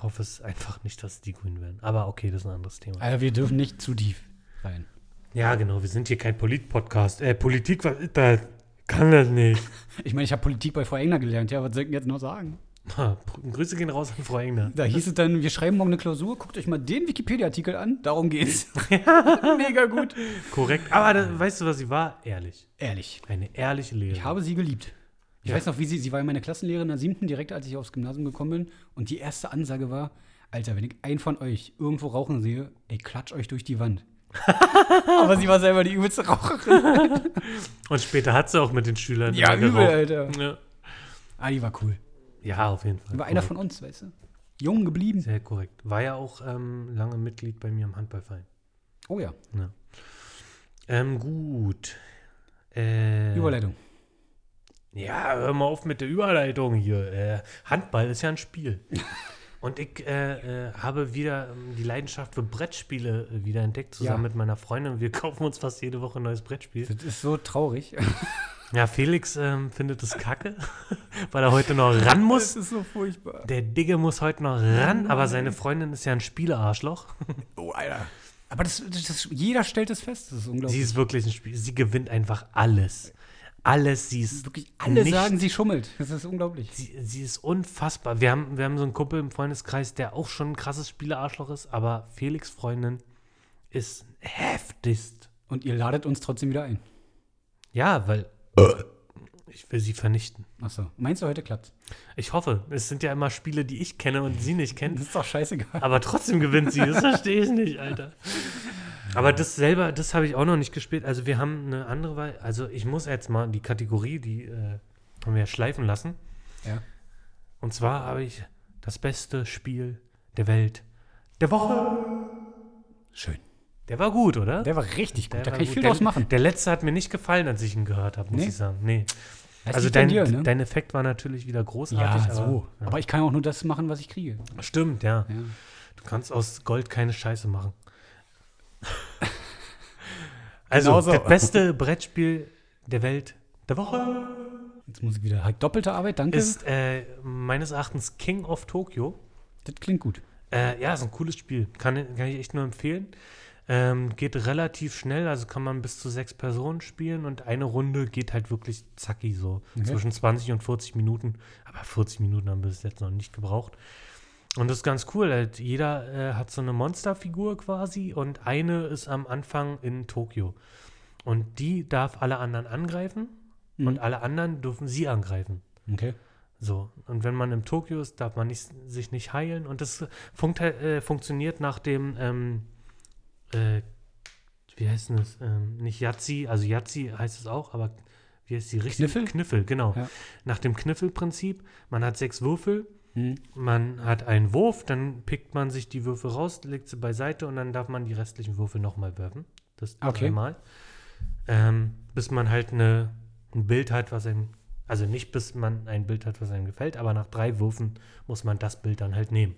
Speaker 2: hoffe es einfach nicht, dass die Grünen werden. Aber okay, das ist ein anderes Thema.
Speaker 3: Also wir dürfen nicht zu tief rein.
Speaker 2: Ja, genau, wir sind hier kein Polit-Podcast. Äh, Politik, was ist das? Kann das nicht.
Speaker 3: Ich meine, ich habe Politik bei Frau Engner gelernt. Ja, was soll ich denn jetzt noch sagen?
Speaker 2: Ha, Pr- Grüße gehen raus an Frau Engner.
Speaker 3: Da hieß es dann, wir schreiben morgen eine Klausur, guckt euch mal den Wikipedia-Artikel an, darum geht's. Mega gut.
Speaker 2: Korrekt. Aber da, weißt du, was sie war? Ehrlich.
Speaker 3: Ehrlich,
Speaker 2: Eine ehrliche Lehrerin.
Speaker 3: ich habe sie geliebt. Ich weiß noch, wie sie, sie war meine Klassenlehrerin in der siebten, direkt als ich aufs Gymnasium gekommen bin. Und die erste Ansage war, Alter, wenn ich einen von euch irgendwo rauchen sehe, ey, klatsch euch durch die Wand. Aber sie war selber die übelste Raucherin.
Speaker 2: Und später hat sie auch mit den Schülern
Speaker 3: Ja,
Speaker 2: immer
Speaker 3: übel,
Speaker 2: geraucht.
Speaker 3: Alter.
Speaker 2: Ja.
Speaker 3: Ah, die war cool.
Speaker 2: ja, auf jeden Fall.
Speaker 3: War einer
Speaker 2: Korrekt.
Speaker 3: von uns, weißt du? Jung geblieben.
Speaker 2: Sehr korrekt. War ja auch ähm, lange Mitglied bei mir im Handballverein.
Speaker 3: Oh ja,
Speaker 2: Ähm, gut. Äh,
Speaker 3: Überleitung.
Speaker 2: Ja, hör mal auf mit der Überleitung hier. Äh, Handball ist ja ein Spiel. Und ich äh, äh, habe wieder ähm, die Leidenschaft für Brettspiele äh, wieder entdeckt, zusammen
Speaker 3: Ja.
Speaker 2: mit meiner Freundin. Wir kaufen uns fast jede Woche ein neues Brettspiel.
Speaker 3: Das ist so traurig.
Speaker 2: Ja, Felix ähm, findet es kacke, weil er heute noch ran muss.
Speaker 3: ist so furchtbar.
Speaker 2: Der Digge muss heute noch ran, aber seine Freundin ist ja ein Spielearschloch.
Speaker 3: Oh, Alter. Aber das, das, das, jeder stellt es fest. Das ist
Speaker 2: Sie
Speaker 3: unglaublich.
Speaker 2: ist wirklich ein Spiel. Sie gewinnt einfach alles. Alles, sie ist
Speaker 3: Wirklich alle
Speaker 2: nicht-
Speaker 3: sagen, sie schummelt. Das ist unglaublich.
Speaker 2: Sie, sie ist unfassbar. Wir haben, wir haben so einen Kumpel im Freundeskreis, der auch schon ein krasses Spielerarschloch ist, aber Felix Freundin ist heftigst.
Speaker 3: Und ihr ladet uns trotzdem wieder ein.
Speaker 2: Ja, weil ich will sie vernichten.
Speaker 3: Achso. Meinst du, heute klappt's?
Speaker 2: Ich hoffe, es sind ja immer Spiele, die ich kenne und sie nicht kennt,
Speaker 3: Das ist doch scheißegal.
Speaker 2: aber trotzdem gewinnt sie. Das verstehe ich nicht, Alter. Aber das selber, das habe ich auch noch nicht gespielt. Also wir haben eine andere Wahl. Also ich muss jetzt mal die Kategorie, die äh, haben wir ja schleifen lassen.
Speaker 3: Ja.
Speaker 2: Und zwar habe ich das beste Spiel der Welt der Woche.
Speaker 3: Schön.
Speaker 2: Der war gut, oder?
Speaker 3: Der war richtig gut.
Speaker 2: Der
Speaker 3: da
Speaker 2: war
Speaker 3: kann ich
Speaker 2: gut.
Speaker 3: viel
Speaker 2: der,
Speaker 3: draus machen.
Speaker 2: Der letzte hat mir nicht gefallen, als ich ihn gehört habe, muss
Speaker 3: Nee?
Speaker 2: ich sagen. Nee.
Speaker 3: Das
Speaker 2: also
Speaker 3: liegt an
Speaker 2: dein,
Speaker 3: dir, ne?
Speaker 2: dein Effekt war natürlich wieder großartig.
Speaker 3: ja, so.
Speaker 2: Aber,
Speaker 3: Aber ich kann auch nur das machen, was ich kriege.
Speaker 2: ja. Stimmt, ja.
Speaker 3: Ja.
Speaker 2: Du kannst aus Gold keine Scheiße machen. also,
Speaker 3: Genau so. Genau
Speaker 2: das beste Brettspiel der Welt der Woche.
Speaker 3: Jetzt muss ich wieder. Halt doppelte Arbeit, danke.
Speaker 2: Ist äh, meines Erachtens King of Tokyo.
Speaker 3: das klingt gut.
Speaker 2: Äh, ja, ist ein cooles Spiel. Kann, kann ich echt nur empfehlen. Ähm, geht relativ schnell, also kann man bis zu sechs Personen spielen und eine Runde geht halt wirklich zacki so.
Speaker 3: Okay.
Speaker 2: Zwischen 20 und 40 Minuten. Aber 40 Minuten haben wir bis jetzt noch nicht gebraucht. Und das ist ganz cool. Halt, jeder äh, hat so eine Monsterfigur quasi und eine ist am Anfang in Tokio. Und die darf alle anderen angreifen und alle anderen dürfen sie angreifen.
Speaker 3: Okay.
Speaker 2: So, und wenn man im Tokio ist, darf man nicht, sich nicht heilen. Und das funkt, äh, funktioniert nach dem, ähm, äh, wie heißt denn das? Ähm, nicht Yahtzee, also Yahtzee heißt es auch, aber wie heißt die richtige?
Speaker 3: Kniffel?
Speaker 2: Kniffel, genau.
Speaker 3: Ja.
Speaker 2: Nach dem Kniffelprinzip. Man hat sechs Würfel,
Speaker 3: Hm.
Speaker 2: man hat einen Wurf, dann pickt man sich die Würfel raus, legt sie beiseite und dann darf man die restlichen Würfel nochmal werfen. Das
Speaker 3: Okay.
Speaker 2: dreimal. Ähm, bis man halt eine, ein Bild hat, was einem, also nicht bis man ein Bild hat, was einem gefällt, aber nach drei Würfen muss man das Bild dann halt nehmen.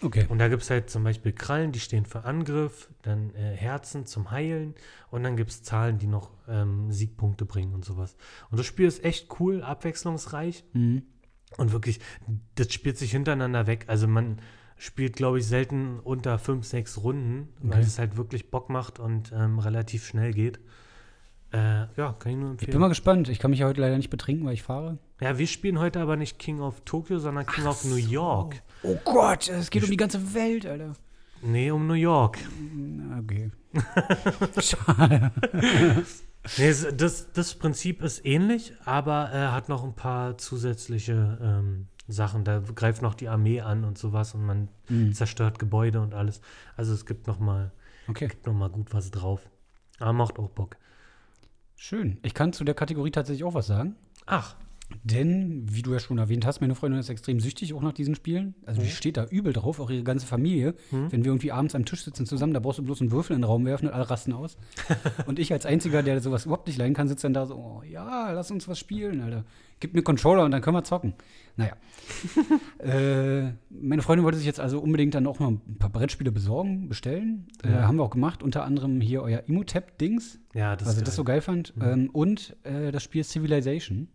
Speaker 3: Okay.
Speaker 2: Und da gibt es halt zum Beispiel Krallen, die stehen für Angriff, dann äh, Herzen zum Heilen und dann gibt es Zahlen, die noch ähm, Siegpunkte bringen und sowas. Und das Spiel ist echt cool, abwechslungsreich.
Speaker 3: Hm.
Speaker 2: Und wirklich, das spielt sich hintereinander weg. Also man spielt, glaube ich, selten unter fünf, sechs Runden, weil
Speaker 3: Okay.
Speaker 2: es halt wirklich Bock macht und ähm, relativ schnell geht. Äh, ja, kann ich nur
Speaker 3: Ich
Speaker 2: empfehlen.
Speaker 3: bin mal gespannt. Ich kann mich ja heute leider nicht betrinken, weil ich fahre.
Speaker 2: ja, wir spielen heute aber nicht King of Tokyo, sondern King of New York.
Speaker 3: Oh Gott, es geht um die ganze Welt, Alter.
Speaker 2: Nee, um New York.
Speaker 3: Hm, Okay. Schade.
Speaker 2: Nee, es- das, das Prinzip ist ähnlich, aber äh, hat noch ein paar zusätzliche ähm, Sachen. Da greift noch die Armee an und sowas und man
Speaker 3: Hm.
Speaker 2: zerstört Gebäude und alles. Also es gibt noch mal
Speaker 3: Okay.
Speaker 2: noch mal gut was drauf. Aber macht auch Bock.
Speaker 3: Schön. Ich kann zu der Kategorie tatsächlich auch was sagen.
Speaker 2: Ach,
Speaker 3: Denn, wie du ja schon erwähnt hast, meine Freundin ist extrem süchtig auch nach diesen Spielen. Also die steht da übel drauf, auch ihre ganze Familie. Wenn wir irgendwie abends am Tisch sitzen zusammen, da brauchst du bloß einen Würfel in den Raum werfen und alle rasten aus. und ich als Einziger, der sowas überhaupt nicht leiden kann, sitze dann da so, oh, ja, lass uns was spielen, Alter. Gib mir Controller und dann können wir zocken. Naja. äh, meine Freundin wollte sich jetzt also unbedingt dann auch mal ein paar Brettspiele besorgen, bestellen. Äh, haben wir auch gemacht, unter anderem hier euer Imotep-Dings
Speaker 2: ja, Also das
Speaker 3: was
Speaker 2: ist
Speaker 3: ich Also, das so
Speaker 2: geil. Mhm.
Speaker 3: geil fand. Ähm, und äh, das Spiel Civilization.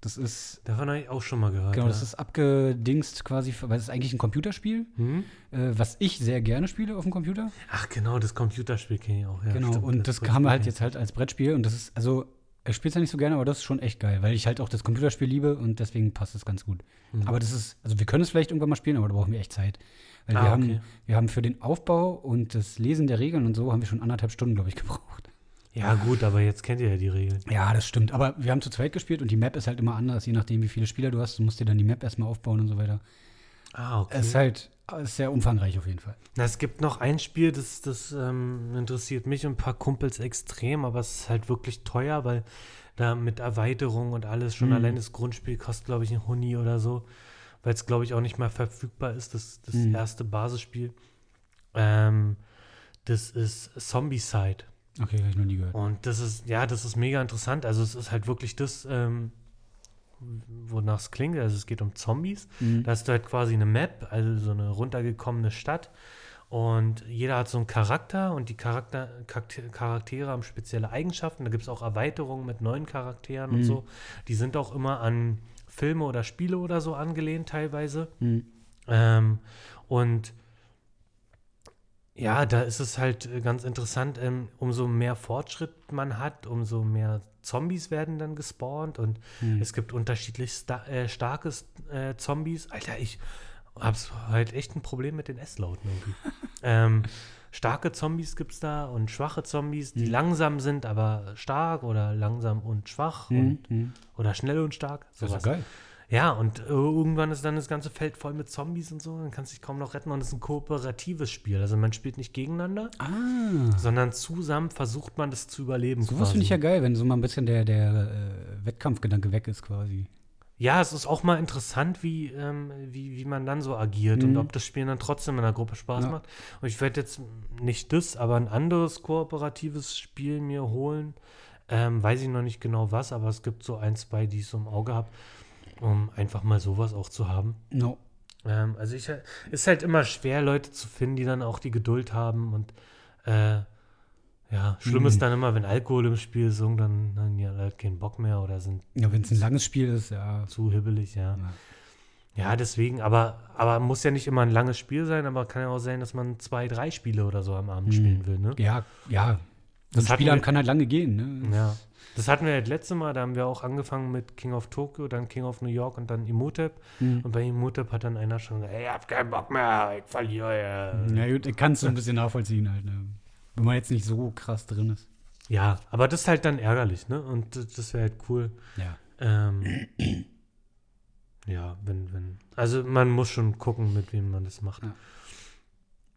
Speaker 3: Das ist,
Speaker 2: Davon habe ich auch schon mal gehört.
Speaker 3: genau,
Speaker 2: ja.
Speaker 3: das ist abgedingst quasi, für- weil es ist eigentlich ein Computerspiel,
Speaker 2: Hm?
Speaker 3: äh, was ich sehr gerne spiele auf dem Computer.
Speaker 2: Ach genau, das Computerspiel kenne ich auch. Ja,
Speaker 3: genau,
Speaker 2: stimmt,
Speaker 3: und das,
Speaker 2: wollte
Speaker 3: haben wir
Speaker 2: ich
Speaker 3: halt
Speaker 2: auch
Speaker 3: jetzt halt als Brettspiel. Und das ist, also, ich spiele es ja nicht so gerne, aber das ist schon echt geil, weil ich halt auch das Computerspiel liebe und deswegen passt es ganz gut.
Speaker 2: Mhm.
Speaker 3: Aber das ist, also wir können es vielleicht irgendwann mal spielen, aber da brauchen wir echt Zeit. Weil wir,
Speaker 2: Ah,
Speaker 3: haben,
Speaker 2: okay.
Speaker 3: wir haben für den Aufbau und das Lesen der Regeln und so haben wir schon anderthalb Stunden, glaube ich, gebraucht.
Speaker 2: nicht. Ja gut, aber jetzt kennt ihr ja die Regeln.
Speaker 3: Ja, das stimmt. Aber wir haben zu zweit gespielt und die Map ist halt immer anders, je nachdem, wie viele Spieler du hast. Du musst dir dann die Map erstmal aufbauen und so weiter.
Speaker 2: Ah, okay.
Speaker 3: Es ist halt ist sehr umfangreich auf jeden Fall.
Speaker 2: Na, es gibt noch ein Spiel, das, das ähm, interessiert mich und ein paar Kumpels extrem, aber es ist halt wirklich teuer, weil da mit Erweiterung und alles
Speaker 3: Hm.
Speaker 2: schon allein das Grundspiel kostet, glaube ich, ein Huni oder so, weil es, glaube ich, auch nicht mal verfügbar ist, das, das
Speaker 3: Hm.
Speaker 2: erste Basisspiel. Ähm, das ist Zombicide.
Speaker 3: Okay, habe ich noch nie gehört.
Speaker 2: Und das ist, ja, das ist mega interessant. Also es ist halt wirklich das, ähm, wonach es klingt. Also es geht um Zombies.
Speaker 3: Mhm.
Speaker 2: Da hast du halt quasi eine Map, also so eine runtergekommene Stadt. Und jeder hat so einen Charakter und die Charakter, Charakter- Charaktere haben spezielle Eigenschaften. Da gibt es auch Erweiterungen mit neuen Charakteren und so. Die sind auch immer an Filme oder Spiele oder so angelehnt teilweise. Ähm, und ja, da ist es halt äh, ganz interessant, ähm, umso mehr Fortschritt man hat, umso mehr Zombies werden dann gespawnt und es gibt unterschiedlich sta äh, starke äh, Zombies. Alter, ich hab's halt echt ein Problem mit den S-Lauten irgendwie. ähm, starke Zombies gibt's da und schwache Zombies, die langsam sind, aber stark oder langsam und schwach und, oder schnell und stark.
Speaker 3: Das ist
Speaker 2: sowas.
Speaker 3: doch geil.
Speaker 2: Ja, und äh, irgendwann ist dann das ganze Feld voll mit Zombies und so, dann kannst du dich kaum noch retten und es ist ein kooperatives Spiel. Also man spielt nicht gegeneinander,
Speaker 3: Ah,
Speaker 2: sondern zusammen versucht man das zu überleben.
Speaker 3: sowas
Speaker 2: quasi.
Speaker 3: finde ich ja geil, wenn so mal ein bisschen der, der äh, Wettkampfgedanke weg ist quasi.
Speaker 2: Ja, es ist auch mal interessant, wie, ähm, wie, wie man dann so agiert und ob das Spielen dann trotzdem in der Gruppe Spaß
Speaker 3: Mhm. Ja.
Speaker 2: macht. Und ich werde jetzt nicht das, aber ein anderes kooperatives Spiel mir holen. Ähm, weiß ich noch nicht genau was, aber es gibt so ein, zwei, die ich so im Auge habe, um einfach mal sowas auch zu haben.
Speaker 3: No.
Speaker 2: Ähm, also ich ist halt immer schwer, Leute zu finden, die dann auch die Geduld haben und äh, Ja, schlimm ist dann immer, wenn Alkohol im Spiel ist, irgendwann haben die alle halt keinen Bock mehr oder sind
Speaker 3: Ja, wenn es ein langes Spiel ist, ja.
Speaker 2: zu hibbelig, ja.
Speaker 3: Ja.
Speaker 2: Ja, deswegen, aber, aber muss ja nicht immer ein langes Spiel sein, aber kann ja auch sein, dass man zwei, drei Spiele oder so am Abend spielen will, ne?
Speaker 3: Ja, ja. Das
Speaker 2: hatten
Speaker 3: Spielabend
Speaker 2: wir-
Speaker 3: kann halt lange gehen, ne?
Speaker 2: Ja. Das hatten wir das letzte Mal, da haben wir auch angefangen mit King of Tokyo, dann King of New York und dann Imhotep. Und bei Imhotep hat dann einer schon gesagt, ey, ich hab keinen Bock mehr, ich verliere. Ja.
Speaker 3: Ja, gut, ich kann es so ein bisschen nachvollziehen halt, ne? Wenn man jetzt nicht so krass drin ist.
Speaker 2: ja, aber das ist halt dann ärgerlich, ne? Und das, das wäre halt cool.
Speaker 3: Ja.
Speaker 2: Ähm, ja, wenn, wenn. Also man muss schon gucken, mit wem man das macht.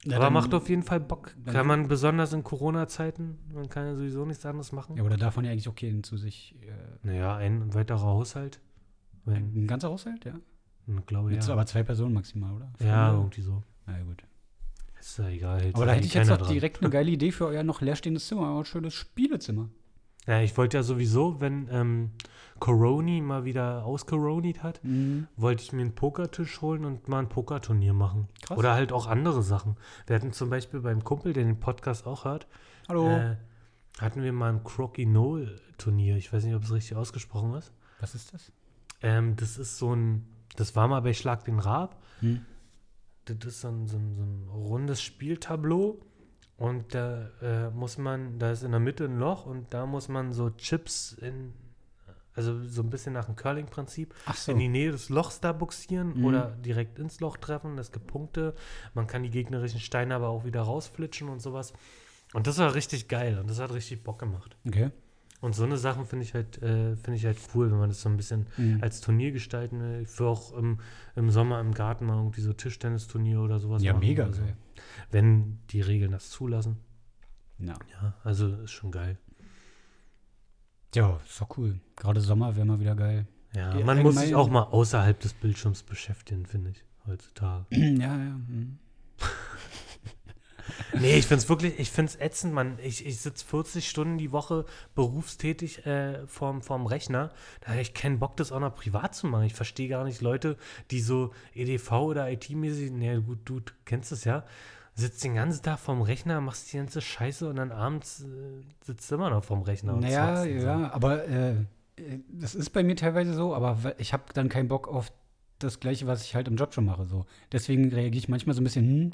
Speaker 3: Ja.
Speaker 2: aber macht auf jeden Fall Bock.
Speaker 3: dann-
Speaker 2: Kann man besonders in Corona-Zeiten, man kann ja sowieso nichts anderes machen.
Speaker 3: Ja, aber da darf man ja eigentlich auch keinen zu sich. Äh,
Speaker 2: Naja, ein weiterer Haushalt. Wenn,
Speaker 3: ein ganzer Haushalt, ja?
Speaker 2: glaube
Speaker 3: Jetzt
Speaker 2: ja.
Speaker 3: aber zwei Personen maximal, oder?
Speaker 2: ja,
Speaker 3: Familie?
Speaker 2: irgendwie so.
Speaker 3: Na gut.
Speaker 2: Ist ja egal. hält
Speaker 3: Aber da
Speaker 2: sich
Speaker 3: hätte ich
Speaker 2: eh
Speaker 3: jetzt
Speaker 2: keiner
Speaker 3: doch
Speaker 2: dran.
Speaker 3: direkt eine geile Idee für euer noch leerstehendes Zimmer, aber ein schönes Spielezimmer.
Speaker 2: Ja, ich wollte ja sowieso, wenn ähm, Coroni mal wieder ausgeronit hat, wollte ich mir einen Pokertisch holen und mal ein Pokerturnier machen.
Speaker 3: Krass.
Speaker 2: Oder halt auch andere Sachen. Wir hatten zum Beispiel beim Kumpel, der den Podcast auch hört,
Speaker 3: Hallo.
Speaker 2: äh, hatten wir mal ein Crokinole-Turnier. Ich weiß nicht, ob es richtig ausgesprochen ist.
Speaker 3: Was ist das?
Speaker 2: Ähm, das ist so ein, das war mal bei Schlag den Raab.
Speaker 3: Hm.
Speaker 2: Das ist so ein, so ein, so ein rundes Spieltableau. Und da äh, muss man, da ist in der Mitte ein Loch und da muss man so Chips in, also so ein bisschen nach dem Curling-Prinzip,
Speaker 3: Ach so. Mhm.
Speaker 2: in die Nähe des Lochs da buxieren oder direkt ins Loch treffen. Es gibt Punkte. Man kann die gegnerischen Steine aber auch wieder rausflitschen und sowas. Und das war richtig geil und das hat richtig Bock gemacht.
Speaker 3: Okay.
Speaker 2: Und so eine Sachen finde ich halt, äh, finde ich halt cool, wenn man das so ein bisschen
Speaker 3: Mhm.
Speaker 2: als Turnier gestalten will. Ich will auch im, im Sommer im Garten mal irgendwie so Tischtennisturnier oder sowas
Speaker 3: Ja,
Speaker 2: machen.
Speaker 3: mega
Speaker 2: also,
Speaker 3: geil.
Speaker 2: Wenn die Regeln das zulassen.
Speaker 3: Ja.
Speaker 2: Ja, also ist schon geil.
Speaker 3: ja, ist doch cool. Gerade Sommer wäre mal wieder geil.
Speaker 2: Ja,
Speaker 3: Ja,
Speaker 2: man muss sich
Speaker 3: allgemein-
Speaker 2: auch mal außerhalb des Bildschirms beschäftigen, finde ich, heutzutage.
Speaker 3: ja, ja.
Speaker 2: hm.
Speaker 3: mhm.
Speaker 2: Nee, ich find's wirklich, ich find's ätzend, Mann. Ich, ich sitze 40 Stunden die Woche berufstätig äh, vorm, vorm Rechner. Da hab ich keinen Bock, das auch noch privat zu machen. Ich verstehe gar nicht Leute, die so EDV oder IT-mäßig, nee, gut, du kennst es ja, sitzt den ganzen Tag vorm Rechner, machst die ganze Scheiße und dann abends äh, sitzt du immer noch vorm Rechner. und
Speaker 3: Naja,
Speaker 2: zockst Genau, und so.
Speaker 3: ja, aber äh, äh, das ist bei mir teilweise so, aber we- ich habe dann keinen Bock auf das Gleiche, was ich halt im Job schon mache. So. Deswegen reagiere ich manchmal so ein bisschen, hm,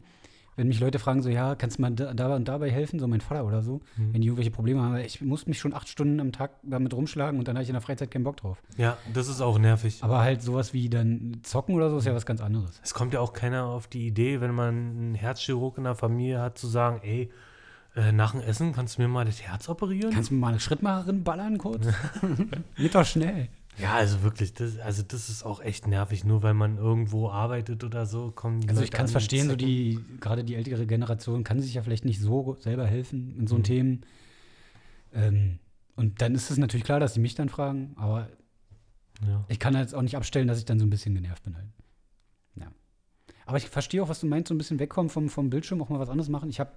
Speaker 3: wenn mich Leute fragen, so, ja, kannst du mal da, da und dabei helfen, so mein Vater oder so,
Speaker 2: Mhm.
Speaker 3: wenn die irgendwelche Probleme haben. Ich muss mich schon acht Stunden am Tag damit rumschlagen und dann habe ich in der Freizeit keinen Bock drauf.
Speaker 2: Ja, das ist auch nervig.
Speaker 3: Aber halt sowas wie dann zocken oder so
Speaker 2: Mhm.
Speaker 3: ist ja was ganz anderes.
Speaker 2: Es kommt ja auch keiner auf die Idee, wenn man einen Herzchirurg in der Familie hat, zu sagen, ey, äh, nach dem Essen kannst du mir mal das Herz operieren?
Speaker 3: Kannst du mir mal eine Schrittmacherin ballern kurz? Geht doch schnell.
Speaker 2: ja, also wirklich, das, also das ist auch echt nervig, nur weil man irgendwo arbeitet oder so, kommen die
Speaker 3: Also
Speaker 2: Leute
Speaker 3: ich kann es
Speaker 2: an und
Speaker 3: verstehen, so
Speaker 2: zacken.
Speaker 3: die, gerade die ältere Generation kann sich ja vielleicht nicht so selber helfen in so Themen. Ähm, und dann ist es natürlich klar, dass sie mich dann fragen, aber
Speaker 2: Ja.
Speaker 3: ich kann jetzt auch nicht abstellen, dass ich dann so ein bisschen genervt bin halt. Ja. Aber ich verstehe auch, was du meinst, so ein bisschen wegkommen vom, vom Bildschirm, auch mal was anderes machen. Ich habe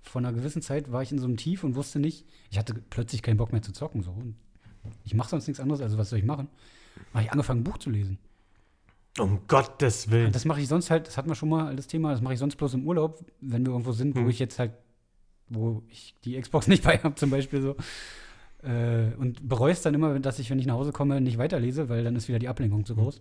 Speaker 3: vor einer gewissen Zeit war ich in so einem Tief und wusste nicht, ich hatte plötzlich keinen Bock mehr zu zocken so und ich mache sonst nichts anderes, also was soll ich machen? Habe ich angefangen, ein Buch zu lesen.
Speaker 2: Um Gottes Willen.
Speaker 3: Das mache ich sonst halt, das hatten wir schon mal das Thema, das mache ich sonst bloß im Urlaub, wenn wir irgendwo sind, wo
Speaker 2: Hm.
Speaker 3: ich jetzt halt, wo ich die Xbox nicht bei habe, zum Beispiel so. Äh, und bereue es dann immer, dass ich, wenn ich nach Hause komme, nicht weiterlese, weil dann ist wieder die Ablenkung zu groß.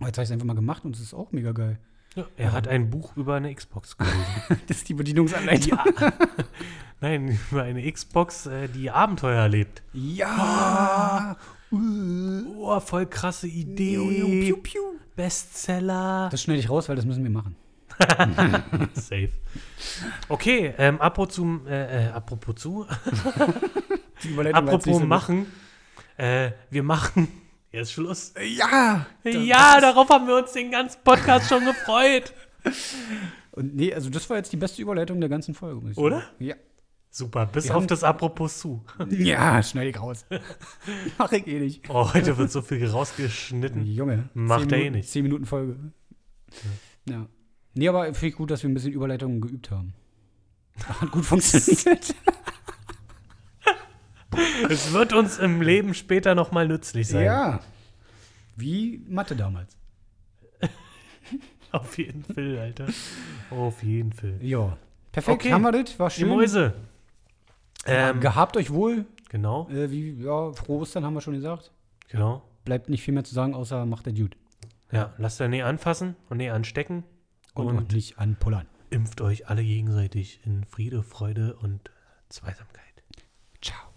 Speaker 3: Aber jetzt habe ich es einfach mal gemacht und es ist auch mega geil.
Speaker 2: Ja, er hat ein Buch über eine Xbox gelesen.
Speaker 3: Das ist die Bedienungsanleitung.
Speaker 2: Ja. Nein, über eine Xbox, äh, die Abenteuer erlebt.
Speaker 3: Ja! Uh.
Speaker 2: Oh, voll krasse Idee.
Speaker 3: Piu, piu.
Speaker 2: Bestseller.
Speaker 3: Das schneide ich raus, weil das müssen wir machen.
Speaker 2: Safe. Okay, ähm, apropos zu, äh, äh, apropos zu,
Speaker 3: Die Überleitung war jetzt
Speaker 2: apropos
Speaker 3: nicht so gut.
Speaker 2: machen, äh, wir machen, jetzt Schluss.
Speaker 3: Ja!
Speaker 2: ja, darauf haben wir uns den ganzen Podcast schon gefreut.
Speaker 3: Und nee, also das war jetzt die beste Überleitung der ganzen Folge. muss ich
Speaker 2: Oder?
Speaker 3: sagen. Ja.
Speaker 2: Super, bis
Speaker 3: Wir
Speaker 2: auf
Speaker 3: haben-
Speaker 2: das Apropos zu.
Speaker 3: Ja, schneide ich raus. Mach ich eh nicht.
Speaker 2: Oh, heute wird so viel rausgeschnitten.
Speaker 3: Junge.
Speaker 2: Macht
Speaker 3: zehn
Speaker 2: er eh
Speaker 3: Minuten,
Speaker 2: nicht.
Speaker 3: 10 Minuten Folge. Ja. Nee, aber finde ich gut, dass wir ein bisschen Überleitungen geübt haben. Hat gut funktioniert.
Speaker 2: Es wird uns im Leben später nochmal nützlich sein.
Speaker 3: ja. Wie Mathe damals.
Speaker 2: Auf jeden Fall, Alter. Auf jeden Fall.
Speaker 3: Ja. Perfekt,
Speaker 2: Okay.
Speaker 3: haben wir das. War
Speaker 2: Die
Speaker 3: schön.
Speaker 2: Mäuse. Ähm,
Speaker 3: Gehabt euch wohl.
Speaker 2: genau,
Speaker 3: Äh, wie, ja, frohe Ostern haben wir schon gesagt.
Speaker 2: genau.
Speaker 3: Bleibt nicht viel mehr zu sagen, außer macht der Dude.
Speaker 2: Ja, lasst euch nie anfassen und nie anstecken.
Speaker 3: Und,
Speaker 2: Und-
Speaker 3: ordentlich anpullern.
Speaker 2: Impft euch alle gegenseitig in Friede, Freude und Zweisamkeit.
Speaker 3: Ciao.